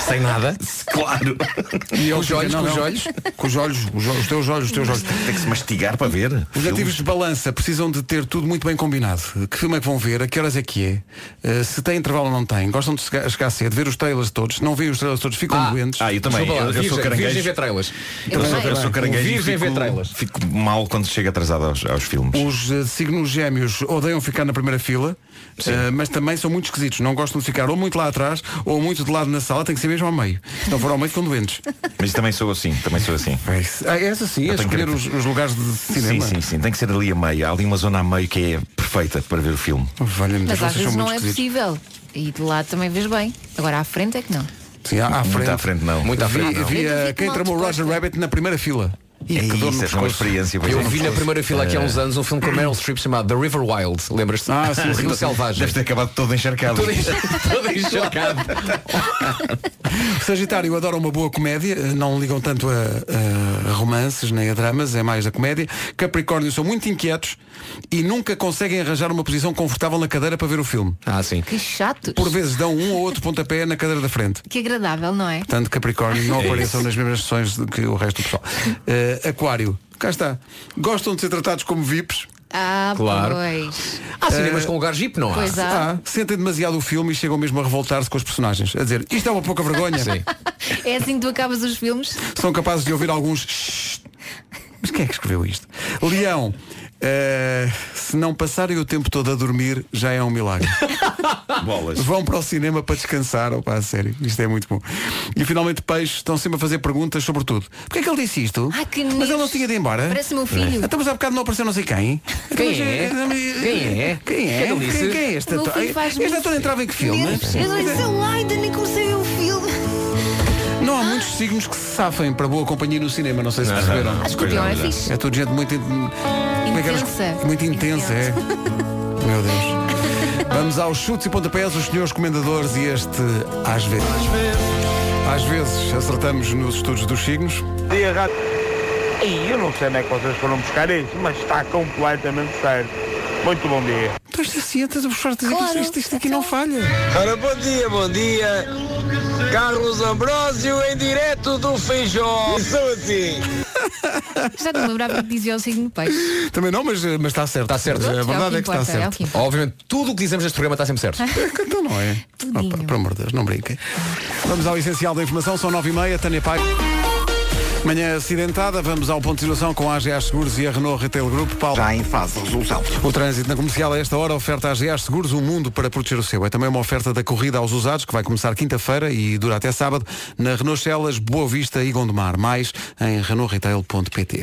Speaker 6: Sem nada.
Speaker 10: claro.
Speaker 2: E
Speaker 6: Com
Speaker 2: eu
Speaker 6: os
Speaker 2: digo,
Speaker 6: olhos,
Speaker 2: não,
Speaker 6: com os
Speaker 2: não.
Speaker 6: olhos.
Speaker 2: Com os olhos, os olhos, os teus olhos, os teus olhos.
Speaker 10: Tem que se mastigar para ver.
Speaker 2: Os
Speaker 10: filmes.
Speaker 2: nativos de balança precisam de ter tudo muito bem combinado. Que filme é que vão ver? A que horas é que é? Eh, se tem intervalo ou não tem? Gostam de chegar chegar cedo, ver os trailers todos? Se não veem os trailers todos, ficam
Speaker 6: Ah,
Speaker 2: doentes.
Speaker 10: Ah, eu também.
Speaker 6: Desculpa lá,
Speaker 10: Eu, eu sou
Speaker 6: virgem- virgem
Speaker 10: caranguejo.
Speaker 6: ver trailers.
Speaker 10: Eu, sou,
Speaker 3: também.
Speaker 10: eu sou caranguejo. e
Speaker 6: Virgem vê trailers.
Speaker 10: fico mal quando chego atrasado aos, aos filmes.
Speaker 2: Os eh, signos gêmeos odeiam ficar na primeira fila, eh, mas também são muito esquisitos. Não gostam de ficar ou muito lá atrás ou muito de lado na sala, tem que ser mesmo ao meio. Se não for ao meio, ficam
Speaker 10: [LAUGHS]
Speaker 2: doentes.
Speaker 10: Mas também sou assim, também sou assim.
Speaker 2: Ah, essa sim, é
Speaker 10: Eu tenho
Speaker 2: escolher os,
Speaker 10: caracter-
Speaker 2: os lugares de
Speaker 10: Sim,
Speaker 2: cinema.
Speaker 10: sim, sim. Tem que ser ali a meio. Há ali uma zona a meio que é perfeita para ver o filme.
Speaker 2: Valha-me Deus,
Speaker 3: Mas às
Speaker 2: vocês são
Speaker 3: vezes
Speaker 2: muito
Speaker 3: não é
Speaker 2: esquisitos.
Speaker 3: possível. E de lado também vês bem. Agora à frente é que não.
Speaker 2: Sim, à, à frente.
Speaker 10: Muito à frente, não.
Speaker 6: Muito à
Speaker 2: Vi-
Speaker 6: frente, não.
Speaker 2: vi,
Speaker 3: Eu
Speaker 2: eh,
Speaker 3: fico
Speaker 2: quem
Speaker 3: mal
Speaker 2: tramou o
Speaker 3: disposta.
Speaker 2: Roger Rabbit na primeira fila. E
Speaker 10: É
Speaker 2: que dor no
Speaker 10: isso, é uma
Speaker 2: pescoço.
Speaker 10: experiência. pois
Speaker 6: Eu
Speaker 10: é.
Speaker 6: vi na primeira fila aqui há uns anos um filme com a Meryl Streep chamado The River Wild. Lembras-te?
Speaker 2: Ah, sim,
Speaker 6: Rio
Speaker 2: sim.
Speaker 6: Selvagem.
Speaker 10: Deve ter acabado todo encharcado.
Speaker 6: Todo enx- todo encharcado.
Speaker 2: Sagitário adora uma boa comédia, eh, não ligam tanto a, a romances nem a dramas, é mais a comédia. Capricórnio são muito inquietos e nunca conseguem arranjar uma posição confortável na cadeira para ver o filme.
Speaker 6: Ah, sim.
Speaker 3: Que chato.
Speaker 2: Por vezes dão um ou outro pontapé na cadeira da frente.
Speaker 3: Que agradável, não é?
Speaker 2: Portanto, Capricórnio não apareçam nas mesmas sessões do que o resto do pessoal. Eh, Aquário, cá está. Gostam de ser tratados como VIPs.
Speaker 3: Ah,
Speaker 6: Claro.
Speaker 3: pois.
Speaker 6: Há cinemas Ah, com lugar jeep, não há?
Speaker 3: Pois há.
Speaker 2: Ah, sentem demasiado o filme e chegam mesmo a revoltar-se com os personagens. A dizer, isto é uma pouca vergonha.
Speaker 6: Sim.
Speaker 3: É assim que tu acabas os filmes?
Speaker 2: São capazes de ouvir alguns "Shhh". Mas quem é que escreveu isto? Leão eh, Se não passarem o tempo todo a dormir Já é um milagre
Speaker 10: Bolas.
Speaker 2: Vão para o cinema para descansar Opa, a sério, isto é muito bom E finalmente peixes estão sempre a fazer perguntas sobre tudo Porquê é que ele disse isto?
Speaker 3: Ah, que
Speaker 2: Mas ele não
Speaker 3: nisso.
Speaker 2: tinha de ir embora
Speaker 3: Parece meu filho.
Speaker 2: Então, mas há bocado não apareceu não sei quem
Speaker 6: Quem
Speaker 2: Mas,
Speaker 6: é?
Speaker 2: eh,
Speaker 6: Quem é?
Speaker 2: Quem é?
Speaker 6: Quem é que ele disse?
Speaker 2: Quem, quem é este
Speaker 3: O meu
Speaker 2: ator?
Speaker 3: filho faz
Speaker 2: Este
Speaker 3: muito-
Speaker 2: ator entrava em que filme?
Speaker 3: Eu não sei lá, ainda nem comecei a ver o filme.
Speaker 2: Não há muitos signos que se safem para boa companhia no cinema Não sei se
Speaker 10: Não, não,
Speaker 2: perceberam
Speaker 10: não.
Speaker 3: A escorpião é
Speaker 10: Pois é,
Speaker 3: fixe.
Speaker 2: É tudo gente muito. Como é que era?
Speaker 3: Intensa.
Speaker 2: Muito intensa, é. Meu Deus. Vamos aos chutes e pontapés, os senhores comendadores e este às vezes. Às vezes acertamos nos estudos dos signos.
Speaker 5: Dia rato. E eu não sei onde é que vocês foram buscar isso, mas está completamente certo. Muito bom dia.
Speaker 2: Tu és ciente de buscar dizer
Speaker 3: Claro. é
Speaker 2: que isto, isto aqui não falha.
Speaker 13: Ora, bom dia, bom dia. Carlos Ambrósio em direto do Feijó. Sou assim.
Speaker 3: Já não me lembrava que dizia o signo peixe.
Speaker 2: Também não, mas, mas está certo.
Speaker 6: Está certo.
Speaker 2: A verdade é que está
Speaker 3: importa, é o
Speaker 2: certo.
Speaker 3: que importa.
Speaker 6: Obviamente, tudo o que dizemos neste programa está sempre certo.
Speaker 2: [LAUGHS] Então não é.
Speaker 3: Tudinho.
Speaker 2: Opa, pelo amor de Deus, não brinquem. Vamos ao essencial da informação, são nove e meia, Tânia Pai. Manhã acidentada, vamos ao ponto de situação com a AGA Seguros e a Renault Retail Group. Paulo.
Speaker 4: Já em fase de resolução.
Speaker 2: O trânsito na comercial a esta hora oferta a GEAS Seguros o mundo para proteger o seu. É também uma oferta da corrida aos usados que vai começar quinta-feira e dura até sábado na Renault Celas, Boa Vista e Gondomar. Mais em renaultretail.pt.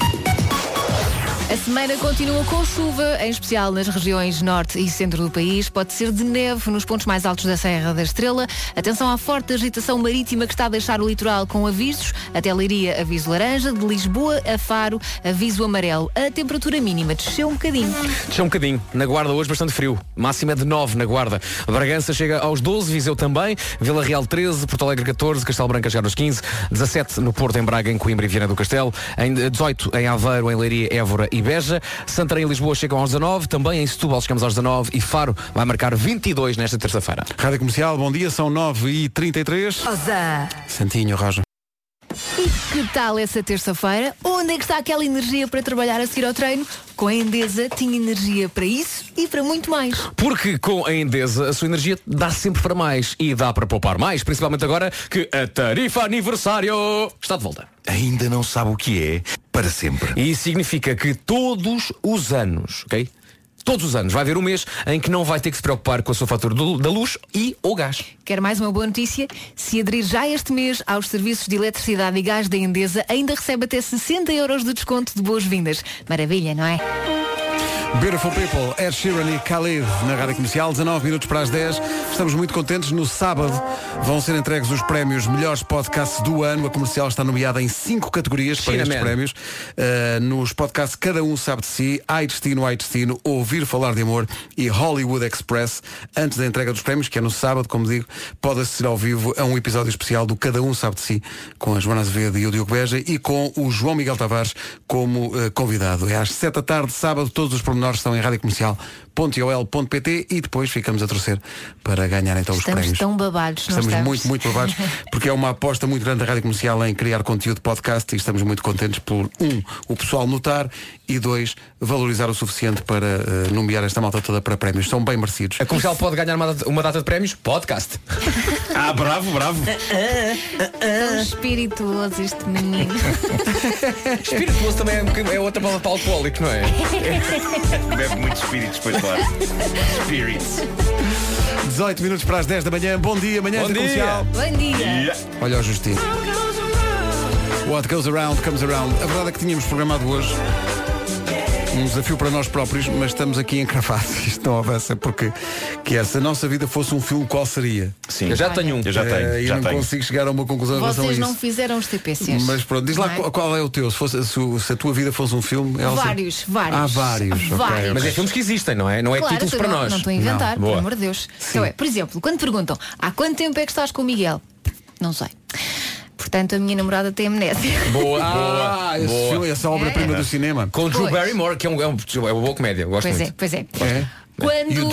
Speaker 3: A semana continua com chuva, em especial nas regiões norte e centro do país. Pode ser de neve nos pontos mais altos da Serra da Estrela. Atenção à forte agitação marítima que está a deixar o litoral com avisos. Até Leiria, aviso laranja. De Lisboa a Faro, aviso amarelo. A temperatura mínima desceu um bocadinho.
Speaker 6: Deixa um bocadinho. Na Guarda hoje bastante frio. Máxima de 9 na Guarda. Bragança chega aos 12, Viseu também, Vila Real 13, Porto Alegre 14, Castelo Branco a chegar aos 15, 17 no Porto, em Braga, em Coimbra e Viana do Castelo, em 18 em Aveiro, em Leiria, Évora e Beja, Santarém e Lisboa chegam aos 19, também em Setúbal chegamos aos 19 e Faro vai marcar 22 nesta terça-feira.
Speaker 2: Rádio Comercial, bom dia, são 9h33.
Speaker 7: Osa.
Speaker 2: Santinho, Raja.
Speaker 3: E que tal essa terça-feira? Onde é que está aquela energia para trabalhar a seguir ao treino? Com a Endesa tinha energia para isso e para muito mais.
Speaker 6: Porque com a Endesa a sua energia dá sempre para mais e dá para poupar mais, principalmente agora que a tarifa aniversário está de volta.
Speaker 10: Ainda não sabe o que é para sempre.
Speaker 6: E isso significa que todos os anos, ok? Todos os anos vai haver um mês em que não vai ter que se preocupar com a sua fatura do- da luz e ou gás.
Speaker 3: Quer mais uma boa notícia? Se aderir já este mês aos serviços de eletricidade e gás da Endesa, ainda recebe até 60 euros de desconto de boas-vindas. Maravilha, não é?
Speaker 2: Beautiful People, Ed Sheeran e Khalid na Rádio Comercial, 19 minutos para as 10. Estamos muito contentes. No sábado vão ser entregues os prémios Melhores Podcasts do Ano. A comercial está nomeada em cinco categorias para
Speaker 6: China
Speaker 2: estes
Speaker 6: Man.
Speaker 2: prémios. Uh, nos podcasts Cada Um Sabe de Si, Ai Destino, Ai Destino, Ouvir Falar de Amor e Hollywood Express. Antes da entrega dos prémios, que é no sábado, como digo, pode assistir ao vivo a um episódio especial do Cada Um Sabe de Si, com a Joana Azevedo e o Diogo Beja e com o João Miguel Tavares como eh, convidado. É às 7 da tarde, sábado, todos os pormenores estão em radiocomercial.ol.pt e depois ficamos a torcer para ganhar então os
Speaker 3: Estamos
Speaker 2: prémios.
Speaker 3: tão babados, não
Speaker 2: Estamos,
Speaker 3: estamos?
Speaker 2: muito, muito provados, porque é uma aposta muito grande da Rádio Comercial em criar conteúdo podcast e estamos muito contentes por, um, o pessoal notar e, dois, valorizar o suficiente para eh, nomear esta malta toda para prémios. São bem merecidos.
Speaker 6: A comercial pode ganhar uma data, uma data de prémios? Podcast.
Speaker 10: ah, bravo, [LAUGHS] bravo.
Speaker 3: Tão espirituoso este
Speaker 2: [LAUGHS]
Speaker 3: menino.
Speaker 6: Espirituoso também é, um bocadinho- é outra palavra para alcoólico, não é?
Speaker 10: Bebe muitos espíritos, depois claro. Spirits.
Speaker 2: 18 minutos para as 10 da manhã. Bom dia, manhã
Speaker 6: Bom
Speaker 2: da
Speaker 6: dia.
Speaker 2: comercial.
Speaker 3: Bom dia.
Speaker 2: Olha o Justino. What goes around comes around. A verdade é que tínhamos programado hoje um desafio para nós próprios, mas estamos aqui encravados. [LAUGHS] Isto não avança porque que essa nossa vida fosse um filme, qual seria?
Speaker 10: Sim.
Speaker 6: Eu já tenho um.
Speaker 10: Eu já tenho,
Speaker 2: Eh, eu
Speaker 10: já
Speaker 2: não
Speaker 10: tenho.
Speaker 2: consigo chegar a uma conclusão em relação a
Speaker 3: Vocês
Speaker 2: isso.
Speaker 3: não fizeram os TPCs.
Speaker 2: Mas pronto, diz lá
Speaker 3: não é?
Speaker 2: qual, qual é o teu. Se, fosse- se o- se a tua vida fosse um filme, Elsa?
Speaker 3: Vários, vários.
Speaker 2: Há vários. ok,
Speaker 3: Vários.
Speaker 2: ok.
Speaker 6: Mas é filmes que existem, não é? Não é
Speaker 3: claro,
Speaker 6: títulos
Speaker 3: eu
Speaker 6: para
Speaker 3: não,
Speaker 6: nós.
Speaker 3: Não estou a inventar,
Speaker 6: Não.
Speaker 3: pelo
Speaker 6: Boa.
Speaker 3: amor de Deus. Então é, por exemplo, quando perguntam há quanto tempo é que estás com o Miguel? Não sei. Portanto, a minha namorada tem amnésia.
Speaker 6: Boa,
Speaker 2: Ah,
Speaker 6: boa,
Speaker 2: esse
Speaker 6: boa.
Speaker 2: filme, essa
Speaker 3: É?
Speaker 2: obra-prima do cinema.
Speaker 6: Com o Drew
Speaker 3: Pois.
Speaker 6: Barrymore, que é, um, é, um, é uma boa comédia, eu gosto
Speaker 3: [LAUGHS] Pois é,
Speaker 6: muito.
Speaker 3: pois é.
Speaker 2: É? E o Drew?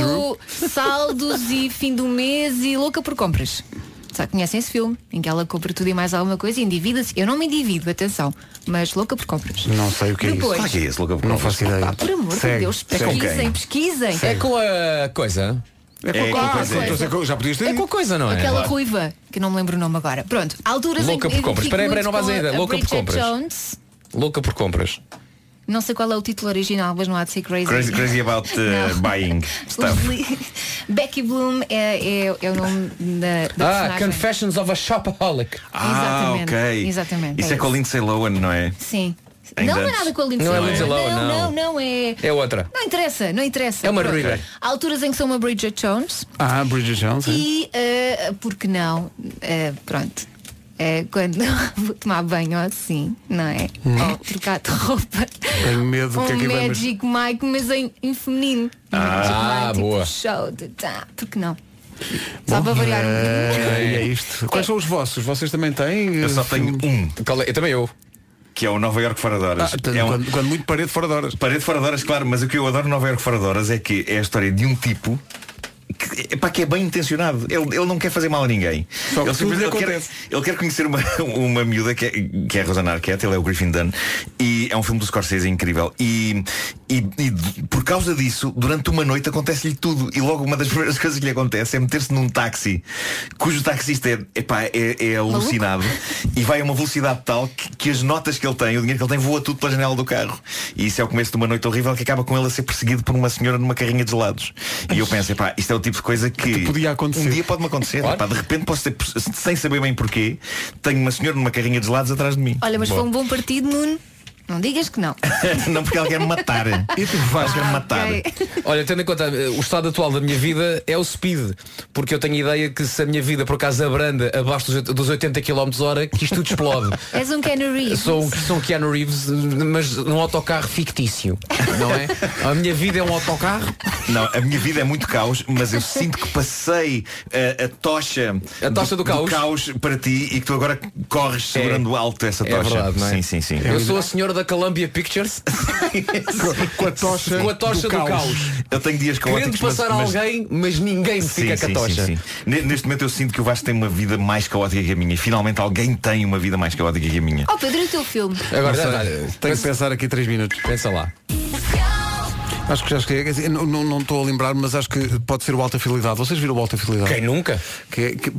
Speaker 3: Quando saldos e fim do mês e louca por compras. Só conhecem esse filme, em que ela compra tudo e mais alguma coisa e endivida-se. Eu não me endivido, atenção, mas louca por compras.
Speaker 6: Hum.
Speaker 2: Não sei o que
Speaker 3: Depois.
Speaker 2: é
Speaker 10: Qual é
Speaker 2: isso.
Speaker 10: que é esse, Luca?
Speaker 2: Não faço ideia.
Speaker 3: Pá, por amor
Speaker 2: Segue,
Speaker 3: de Deus,
Speaker 2: segue.
Speaker 3: pesquisem, pesquisem.
Speaker 6: É com a coisa?
Speaker 2: É com
Speaker 10: É com
Speaker 2: ah,
Speaker 10: coisa.
Speaker 2: sim, então, já podias ter
Speaker 6: É
Speaker 2: dito.
Speaker 6: com a coisa, não é?
Speaker 3: Aquela ruiva, que não me lembro o nome agora. Pronto, há alturas
Speaker 6: Louca
Speaker 3: em
Speaker 6: por
Speaker 3: que eu
Speaker 6: compras.
Speaker 3: fico
Speaker 6: Espera aí,
Speaker 3: muito
Speaker 6: espera aí, não vás
Speaker 3: com
Speaker 6: ainda.
Speaker 3: a
Speaker 6: Louca por
Speaker 3: Bridget
Speaker 6: compras.
Speaker 3: Jones.
Speaker 6: Louca por compras.
Speaker 3: Não sei qual é o título original, mas não há de ser Crazy.
Speaker 10: Crazy, crazy about uh,
Speaker 3: Não.
Speaker 10: buying
Speaker 3: [LAUGHS] Os
Speaker 10: stuff.
Speaker 3: li- [LAUGHS] Becky Bloom é, é, é o nome da,
Speaker 6: Ah,
Speaker 3: da personagem.
Speaker 6: Confessions of a Shopaholic.
Speaker 10: Ah,
Speaker 3: Exatamente,
Speaker 10: ok.
Speaker 3: exatamente,
Speaker 10: Isso
Speaker 3: é
Speaker 10: é com a
Speaker 3: isso.
Speaker 10: Lindsay Lohan, não é?
Speaker 3: Sim.
Speaker 10: Ainda
Speaker 3: não é
Speaker 10: antes.
Speaker 3: nada com a Lindsay
Speaker 6: Não é
Speaker 3: Lohan.
Speaker 6: Lindsay Lohan, não.
Speaker 3: não, não é.
Speaker 6: É outra.
Speaker 3: Não interessa, não interessa.
Speaker 6: É uma
Speaker 3: Pronto.
Speaker 6: ruiva.
Speaker 3: Há alturas em que sou uma Bridget Jones
Speaker 2: Ah, Bridget Jones. é.
Speaker 3: e ah, porque não? ah, pronto. Ah, quando [LAUGHS] vou tomar banho assim, não é? Ou trocar de roupa.
Speaker 2: Hum. Tenho medo do
Speaker 3: Um
Speaker 2: que é que vem, mas-
Speaker 3: Magic Mike, mas em, em feminino.
Speaker 6: Ah,
Speaker 3: Magic Mike,
Speaker 6: boa.
Speaker 3: Tipo show de tá, porque não? Só
Speaker 2: Bom,
Speaker 3: para variar um bocadinho.
Speaker 2: eh, e é isto. Quais são os vossos? Vocês também têm?
Speaker 10: Eu só
Speaker 2: eh,
Speaker 10: tenho
Speaker 2: filme?
Speaker 10: um,
Speaker 6: Qual é? Eu também eu.
Speaker 10: que é o Nova York Fora de
Speaker 2: Ah,
Speaker 10: Horas.
Speaker 2: portanto,
Speaker 10: é um,
Speaker 2: quando, quando muito parede fora de horas.
Speaker 10: Parede fora de horas, claro, mas o que eu adoro no Nova Iorque fora de horas é que é a história de um tipo que, epá, que é bem intencionado. Ele, ele não quer fazer mal a ninguém.
Speaker 2: Só que
Speaker 10: ele,
Speaker 2: tudo lhe
Speaker 10: simplesmente- ele quer,
Speaker 2: acontece.
Speaker 10: ele quer conhecer uma, [LAUGHS] uma miúda que é, que é a Rosanna Arquette, ele é o Griffin Dunn, e é um filme do Scorsese incrível. E, E, e d- por causa disso, durante uma noite acontece-lhe tudo. E logo uma das [LAUGHS] primeiras coisas que lhe acontece é meter-se num táxi, cujo taxista é, epá, é, é alucinado e vai a uma velocidade tal que, que as notas que ele tem, o dinheiro que ele tem, voa tudo pela janela do carro. E isso é o começo de uma noite horrível que acaba com ele a ser perseguido por uma senhora numa carrinha de gelados. E eu penso, epá, isto é o tipo de coisa que
Speaker 2: podia acontecer.
Speaker 10: um dia pode-me acontecer.
Speaker 2: Claro.
Speaker 10: epá, de repente posso ter, sem saber bem porquê, tenho uma senhora numa carrinha de gelados atrás de mim.
Speaker 3: Olha, mas
Speaker 10: Bom.
Speaker 3: foi um bom partido, Nuno. Não
Speaker 2: [LAUGHS]
Speaker 3: digas que não.
Speaker 10: [LAUGHS] não porque ele quer me matar. E tu vais querer me matar.
Speaker 6: Olha, tendo em conta eh, o estado atual da minha vida é o speed, porque eu tenho a ideia que se a minha vida por acaso abranda abaixo dos oit- dos 80 km hora, que isto tudo [LAUGHS] explode.
Speaker 3: És um
Speaker 2: [LAUGHS]
Speaker 3: canary.
Speaker 6: Sou, um- sou um Keanu Reeves, mas num autocarro fictício, não é? A minha vida é um autocarro.
Speaker 10: Não, a minha vida é muito caos, mas eu sinto que passei eh, a, tocha,
Speaker 6: A tocha do caos.
Speaker 10: para ti e que tu agora corres segurando alto essa
Speaker 6: É
Speaker 10: tocha.
Speaker 6: verdade, não é?
Speaker 10: Sim, sim, sim.
Speaker 6: Eu sou a senhora da Columbia Pictures.
Speaker 2: com a tocha,
Speaker 6: [LAUGHS] com a tocha do, caos.
Speaker 10: Eu tenho dias com
Speaker 6: Querendo passar a alguém, mas ninguém me fica com a tocha.
Speaker 10: Ne- Neste momento eu sinto que o Vasco tem uma vida mais caótica que a minha. Finalmente alguém tem uma vida mais caótica que a minha.
Speaker 14: Oh Pedro, e o teu filme?
Speaker 10: É
Speaker 2: Não sei, tenho que pensar aqui 3 minutos.
Speaker 6: Pensa lá.
Speaker 2: Acho que já cheguei. Quer dizer, não- não não estou a lembrar, mas acho que pode ser o Alta Fidelidade. Vocês viram o Alta Fidelidade?
Speaker 6: Quem nunca?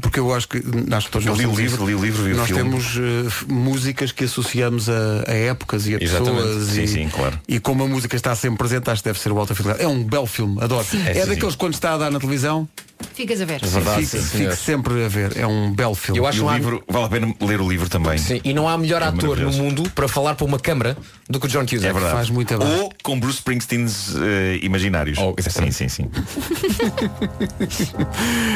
Speaker 2: porque eu acho que acho que todos
Speaker 10: Eu
Speaker 2: nós
Speaker 10: li o
Speaker 2: temos
Speaker 10: livro,
Speaker 2: isso.
Speaker 10: li o livro, vi o
Speaker 2: Nós
Speaker 10: filme.
Speaker 2: temos eh, f- músicas que associamos a, a épocas e a
Speaker 10: Exatamente.
Speaker 2: pessoas.
Speaker 10: Sim,
Speaker 2: e,
Speaker 10: sim, claro.
Speaker 2: e como a música está sempre presente, acho que deve ser o Alta Fidelidade. É um belo filme, adoro.
Speaker 3: Sim.
Speaker 2: É,
Speaker 3: É, sim,
Speaker 2: daqueles quando está a dar na televisão,
Speaker 3: Ficas a
Speaker 2: É
Speaker 3: ver.
Speaker 2: fico, fico sempre a ver. É um belo filme.
Speaker 6: Eu acho
Speaker 2: E o
Speaker 6: um ar-
Speaker 2: livro-
Speaker 10: Vale a pena ler o livro também.
Speaker 6: Sim, e não há melhor ator no mundo para falar para uma câmara do que o John Cusack.
Speaker 10: É verdade.
Speaker 6: muita
Speaker 10: Ou com Bruce Springsteens eh, imaginários.
Speaker 2: Oh, é
Speaker 10: sim,
Speaker 2: [LAUGHS]
Speaker 10: sim, sim.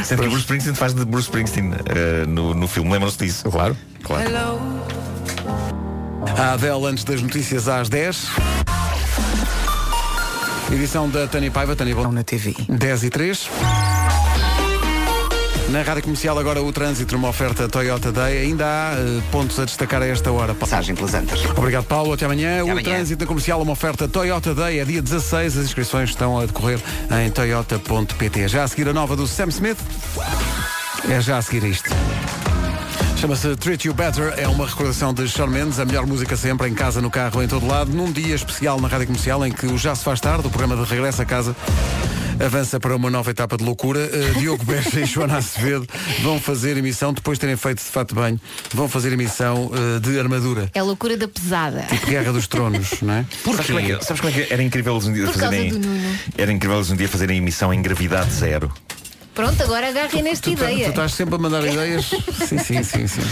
Speaker 10: Sendo que o Bruce Springsteen faz de Bruce Springsteen eh, no, no filme. Lembram-se disso?
Speaker 6: Claro.
Speaker 10: claro.
Speaker 2: A Adele antes das notícias às 10. Edição da Tânia Paiva, Tânia Bom. Na TV. 10 e 3. Na Rádio Comercial agora o trânsito numa oferta Toyota Day. Ainda há eh, pontos a destacar a esta hora. Passagem pelas Antas. Obrigado Paulo, até amanhã. o trânsito na Comercial uma oferta Toyota Day. É dia 16, as inscrições estão a decorrer em toyota.pt. Já a seguir a nova do Sam Smith. É já a seguir isto. Chama-se Treat You Better, é uma recordação de Shawn Mendes, a melhor música sempre, em casa, no carro, em todo lado, num dia especial na Rádio Comercial, em que o Já Se Faz Tarde, o programa de regresso a casa, avança para uma nova etapa de loucura. Eh, Diogo Beja [LAUGHS] e Joana Acevedo vão fazer emissão, depois de terem feito de fato bem, vão fazer emissão eh, de armadura,
Speaker 3: É a loucura da pesada.
Speaker 2: tipo Guerra dos Tronos, não é?
Speaker 10: Sabes como é que, sabes como é que era incrível eles um dia
Speaker 3: Por causa
Speaker 10: fazerem.
Speaker 3: do Nuno.
Speaker 10: Era incrível eles um dia fazerem emissão em gravidade zero.
Speaker 3: Pronto, agora agarrem nesta
Speaker 2: Tu, tá- tu
Speaker 3: ideia.
Speaker 2: estás sempre a mandar ideias. sim, sim, sim, sim.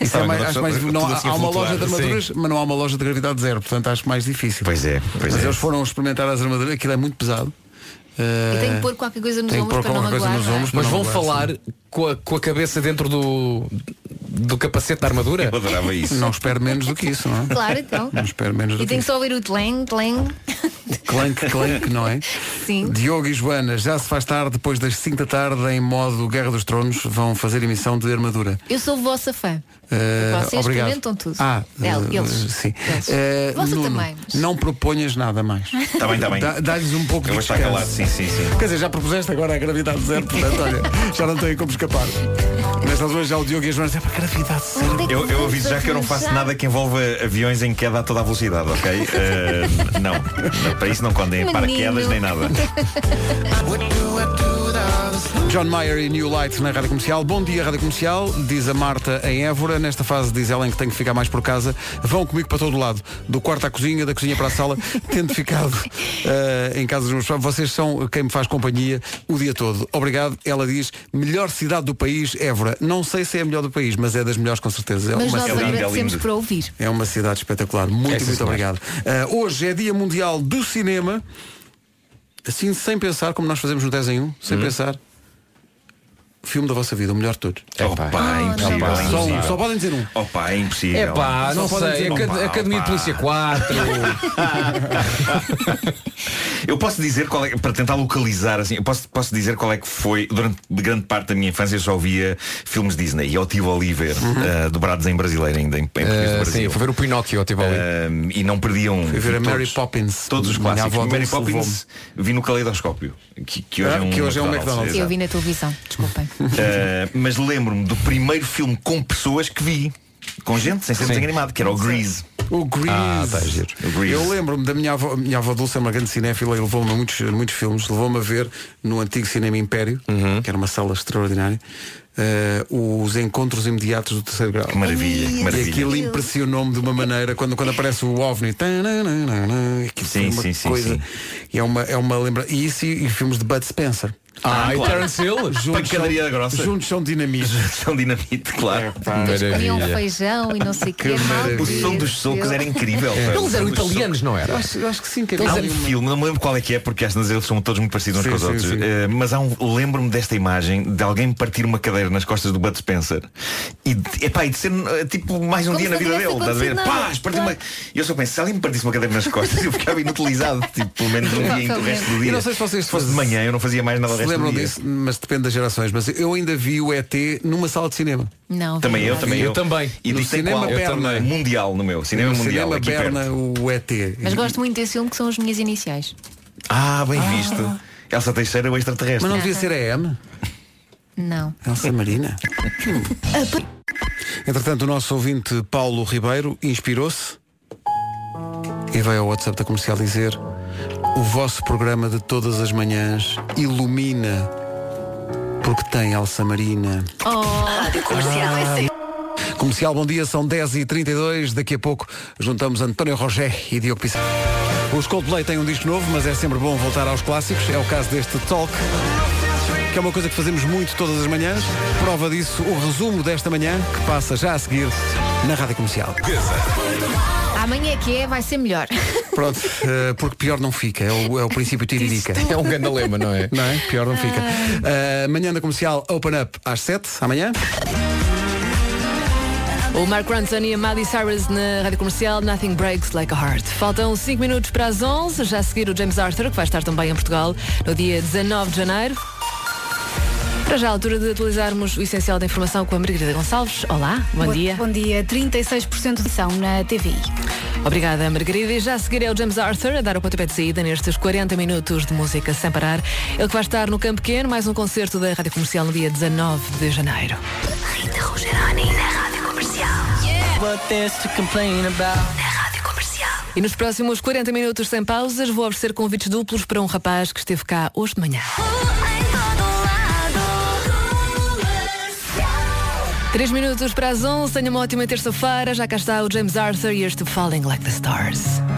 Speaker 2: Isso
Speaker 10: Sabe,
Speaker 2: é mais,
Speaker 10: quando a
Speaker 2: acho
Speaker 10: pessoa-
Speaker 2: mais,
Speaker 10: tudo
Speaker 2: não, há,
Speaker 10: assim a
Speaker 2: há uma
Speaker 10: flutuar.
Speaker 2: loja de armaduras, mas não há uma loja de gravidade zero, portanto acho mais difícil.
Speaker 10: Pois é, pois
Speaker 2: mas
Speaker 10: é.
Speaker 2: eles foram experimentar as armaduras, aquilo é muito pesado. Eh,
Speaker 3: E tenho que pôr qualquer coisa nos
Speaker 2: Tem É. que
Speaker 3: ombros
Speaker 2: pôr
Speaker 3: para não
Speaker 2: qualquer coisa
Speaker 3: magoar.
Speaker 2: nos
Speaker 3: não é?
Speaker 2: ombros.
Speaker 6: Mas
Speaker 2: Não,
Speaker 6: vão
Speaker 2: não é
Speaker 6: falar com a, com a cabeça dentro do, do capacete da armadura? Eu
Speaker 10: adorava isso.
Speaker 2: Não espero menos do que isso, não é?
Speaker 3: Claro,
Speaker 10: [LAUGHS]
Speaker 3: então.
Speaker 2: Não espero menos do
Speaker 3: E
Speaker 2: que
Speaker 3: tenho
Speaker 2: isso.
Speaker 3: só ouvir o tlang, tlang.
Speaker 2: Clank, clank, não é?
Speaker 3: Sim.
Speaker 2: Diogo e Joana, já se faz tarde, depois das 5 da tarde, em modo Guerra dos Tronos, vão fazer emissão de armadura.
Speaker 3: Eu sou vossa fã.
Speaker 2: Eh,
Speaker 3: Vocês
Speaker 2: obrigado.
Speaker 3: experimentam tudo.
Speaker 2: Ah,
Speaker 3: El-
Speaker 2: eh,
Speaker 3: eles.
Speaker 2: Sim.
Speaker 3: Eles.
Speaker 2: Eh,
Speaker 3: Você
Speaker 2: Nuno,
Speaker 3: também, mas-
Speaker 2: Não proponhas nada mais.
Speaker 10: Tá bem, tá bem.
Speaker 2: Dá- Dá-lhes um pouco de
Speaker 10: Eu vou estar
Speaker 2: descanso.
Speaker 10: calado, sim, sim, sim.
Speaker 2: Quer dizer, já propuseste agora a gravidade zero, portanto, olha, já não têm como escapar. Nestas duas já o Diogo e a Joana dizem, "Pá, gravidade zero.
Speaker 3: é
Speaker 10: Eu, eu aviso já que eu não faço nada que envolva aviões em queda a toda a
Speaker 2: [LAUGHS]
Speaker 10: velocidade, ok? Eh, não, Não, para isso não contem paraquedas nem nada.
Speaker 2: John Mayer e New Light na Rádio Comercial. Bom dia, Rádio Comercial, diz a Marta em Évora. Nesta fase, diz ela, em que tenho que ficar mais por casa. Vão comigo para todo lado. Do quarto à cozinha, da cozinha para a
Speaker 3: [LAUGHS]
Speaker 2: sala. Tendo ficado eh, em casa dos meus pais. Vocês são quem me faz companhia o dia todo. Obrigado. Ela diz, melhor cidade do país, Évora. Não sei se é a melhor do país, mas é das melhores com certeza. É
Speaker 3: Mas
Speaker 2: uma
Speaker 3: nós
Speaker 2: cidade-
Speaker 3: agradecemos por ouvir.
Speaker 2: é uma cidade espetacular. Muito,
Speaker 6: É, sim,
Speaker 2: muito
Speaker 6: senhor.
Speaker 2: obrigado. Ah, hoje é Dia Mundial do Cinema. Assim, sem pensar, como nós fazemos no 10 em 1, sem
Speaker 6: Hum.
Speaker 2: pensar. Filme da vossa vida, o melhor de todos.
Speaker 10: Opa, é impossível. é
Speaker 2: Só um,
Speaker 10: impossível.
Speaker 2: só podem dizer um.
Speaker 10: Opa, é impossível.
Speaker 6: É pá, não
Speaker 10: Só podem
Speaker 6: sei.
Speaker 10: dizer um.
Speaker 6: Acad-
Speaker 10: Opa,
Speaker 6: Academia de
Speaker 10: opa.
Speaker 6: Polícia
Speaker 10: [LAUGHS]
Speaker 6: 4.
Speaker 10: Eu posso dizer qual é, para tentar localizar assim, eu posso, posso dizer qual é que foi, durante grande parte da minha infância eu só via filmes Disney e eu tive ali ver,
Speaker 2: Uhum.
Speaker 10: eh, dobrados em brasileiro ainda, em, em português do
Speaker 6: Eh,
Speaker 10: Brasil.
Speaker 6: sim, foi ver o Pinóquio, tive ali.
Speaker 10: Eh, e não perdiam
Speaker 2: Fui ver a Mary Poppins.
Speaker 10: todos os
Speaker 2: Minha
Speaker 10: clássicos.
Speaker 2: avó
Speaker 10: Mary
Speaker 2: Dulce
Speaker 10: Poppins vi no caleidoscópio, que, que hoje é
Speaker 2: Ah,
Speaker 10: um,
Speaker 2: que hoje é um McDonald's.
Speaker 10: exato.
Speaker 3: Eu vi na televisão,
Speaker 10: [LAUGHS]
Speaker 3: desculpem.
Speaker 10: Uh, mas lembro-me do primeiro filme com pessoas que vi. Com gente, sem ser
Speaker 6: Sim.
Speaker 10: desenho animado, que era o Grease.
Speaker 2: O Grease.
Speaker 6: Ah, tá, giro. O Grease.
Speaker 2: Eu lembro-me da minha avó, minha avó Dulce, é uma grande cinéfila e levou-me a muitos, a muitos filmes. Levou-me a ver no antigo Cinema Império,
Speaker 6: Uhum.
Speaker 2: que era uma sala extraordinária, eh, os encontros imediatos do terceiro grau.
Speaker 10: maravilha,
Speaker 2: e
Speaker 10: maravilha.
Speaker 2: aquilo impressionou-me de uma maneira, quando, quando aparece o OVNI, tananana, aquilo foi
Speaker 10: Sim,
Speaker 2: uma
Speaker 10: sim, sim,
Speaker 2: coisa.
Speaker 10: sim.
Speaker 2: E é uma, é uma lembra. E isso e, e filmes de Bud Spencer.
Speaker 10: Ah, Ah, e claro. Terence Hill?
Speaker 2: Juntos
Speaker 10: Pancadaria
Speaker 2: são-
Speaker 10: grossa.
Speaker 2: Juntos são dinamite.
Speaker 10: [LAUGHS] São dinamite, claro.
Speaker 3: Comiam feijão e não sei o que.
Speaker 10: O som dos socos era incrível.
Speaker 6: É.
Speaker 10: pá.
Speaker 6: Eles eram
Speaker 10: O som dos
Speaker 6: italianos,
Speaker 10: socos.
Speaker 6: não era?
Speaker 2: Eu acho, eu acho que sim, que
Speaker 10: Há
Speaker 2: havia
Speaker 10: um
Speaker 2: uma-
Speaker 10: filme, não me lembro qual é que é, porque às vezes eles são todos muito parecidos uns
Speaker 2: Sim,
Speaker 10: com os
Speaker 2: sim,
Speaker 10: outros.
Speaker 2: sim.
Speaker 10: Eh, mas há um, lembro-me desta imagem de alguém partir uma cadeira nas costas do Bud Spencer e, de- epá, e de ser eh, tipo mais um
Speaker 6: Como
Speaker 10: dia
Speaker 6: se
Speaker 10: na
Speaker 6: não
Speaker 10: vida
Speaker 6: tivesse
Speaker 10: dele. Estás a ver?
Speaker 6: acontecido nada,
Speaker 10: Pá, partiu uma... E eu só penso, se alguém me partisse uma cadeira nas costas, eu ficava inutilizado, [LAUGHS] tipo, pelo menos um dia em que o resto do dia.
Speaker 2: Eu não sei se vocês
Speaker 10: fosse de manhã, eu não fazia mais nada o
Speaker 2: se
Speaker 10: resto
Speaker 2: lembram
Speaker 10: do dia.
Speaker 2: disso, mas depende das gerações. Mas eu ainda vi o ET numa sala de cinema.
Speaker 3: Não.
Speaker 10: Também eu,
Speaker 2: Eu
Speaker 10: também eu.
Speaker 2: também.
Speaker 10: E
Speaker 2: No
Speaker 10: do
Speaker 2: cinema
Speaker 10: cinema
Speaker 2: Berna.
Speaker 10: Berna. Mundial no meu. Cinema
Speaker 2: No
Speaker 10: Mundial.
Speaker 2: cinema
Speaker 10: aqui perto.
Speaker 2: Berna, o ET.
Speaker 3: Mas gosto muito desse filme que são as minhas iniciais.
Speaker 10: Ah, bem visto. Elsa Teixeira, o extraterrestre.
Speaker 3: Mas não devia
Speaker 2: ser a M?
Speaker 3: Não.
Speaker 2: Elsa Marina. Hum. Entretanto, o nosso ouvinte Paulo Ribeiro inspirou-se e veio ao WhatsApp da comercial dizer: O vosso programa de todas as manhãs ilumina porque tem Elsa Marina. Ah.
Speaker 7: Rádio Comercial.
Speaker 2: Comercial, bom dia, são 10h32. Daqui a pouco juntamos António Rogé e Diogo Pissarro. Os Coldplay têm um disco novo, mas é sempre bom voltar aos clássicos. É o caso deste Talk, que é uma coisa que fazemos muito todas as manhãs. Prova disso o resumo desta manhã, que passa já a seguir na Rádio Comercial.
Speaker 3: Amanhã é que é, vai ser melhor.
Speaker 2: Pronto, eh, porque pior não fica, é o, é o
Speaker 6: [LAUGHS]
Speaker 2: princípio tiririca.
Speaker 6: É um grande lema, não é? Ah.
Speaker 2: Não é? Pior não fica. Eh, Manhã na Comercial, Open Up às 7, amanhã.
Speaker 14: O Mark Ronson e a Miley Cyrus na rádio comercial Nothing Breaks Like a Heart. Faltam 5 minutos para as 11. Já a seguir o James Arthur, que vai estar também em Portugal no dia 19 de janeiro. Para já a altura de atualizarmos o essencial da informação com a Margarida Gonçalves. Olá, bom dia.
Speaker 15: Bom dia. 36% de são na TVI.
Speaker 14: Obrigada, Margarida. E já a seguir é o James Arthur a dar o pontapé de saída nestes 40 minutos de música sem parar. Ele que vai estar no Campo Pequeno, mais um concerto da Rádio Comercial no dia 19 de janeiro.
Speaker 7: Rita Rogeroni na Rádio Comercial. Na Rádio Comercial.
Speaker 14: E nos próximos 40 minutos sem pausas, vou oferecer convites duplos para um rapaz que esteve cá hoje de manhã. Três minutos para as 11, tenha uma ótima terça-feira. Já cá está o James Arthur e este Falling Like the Stars.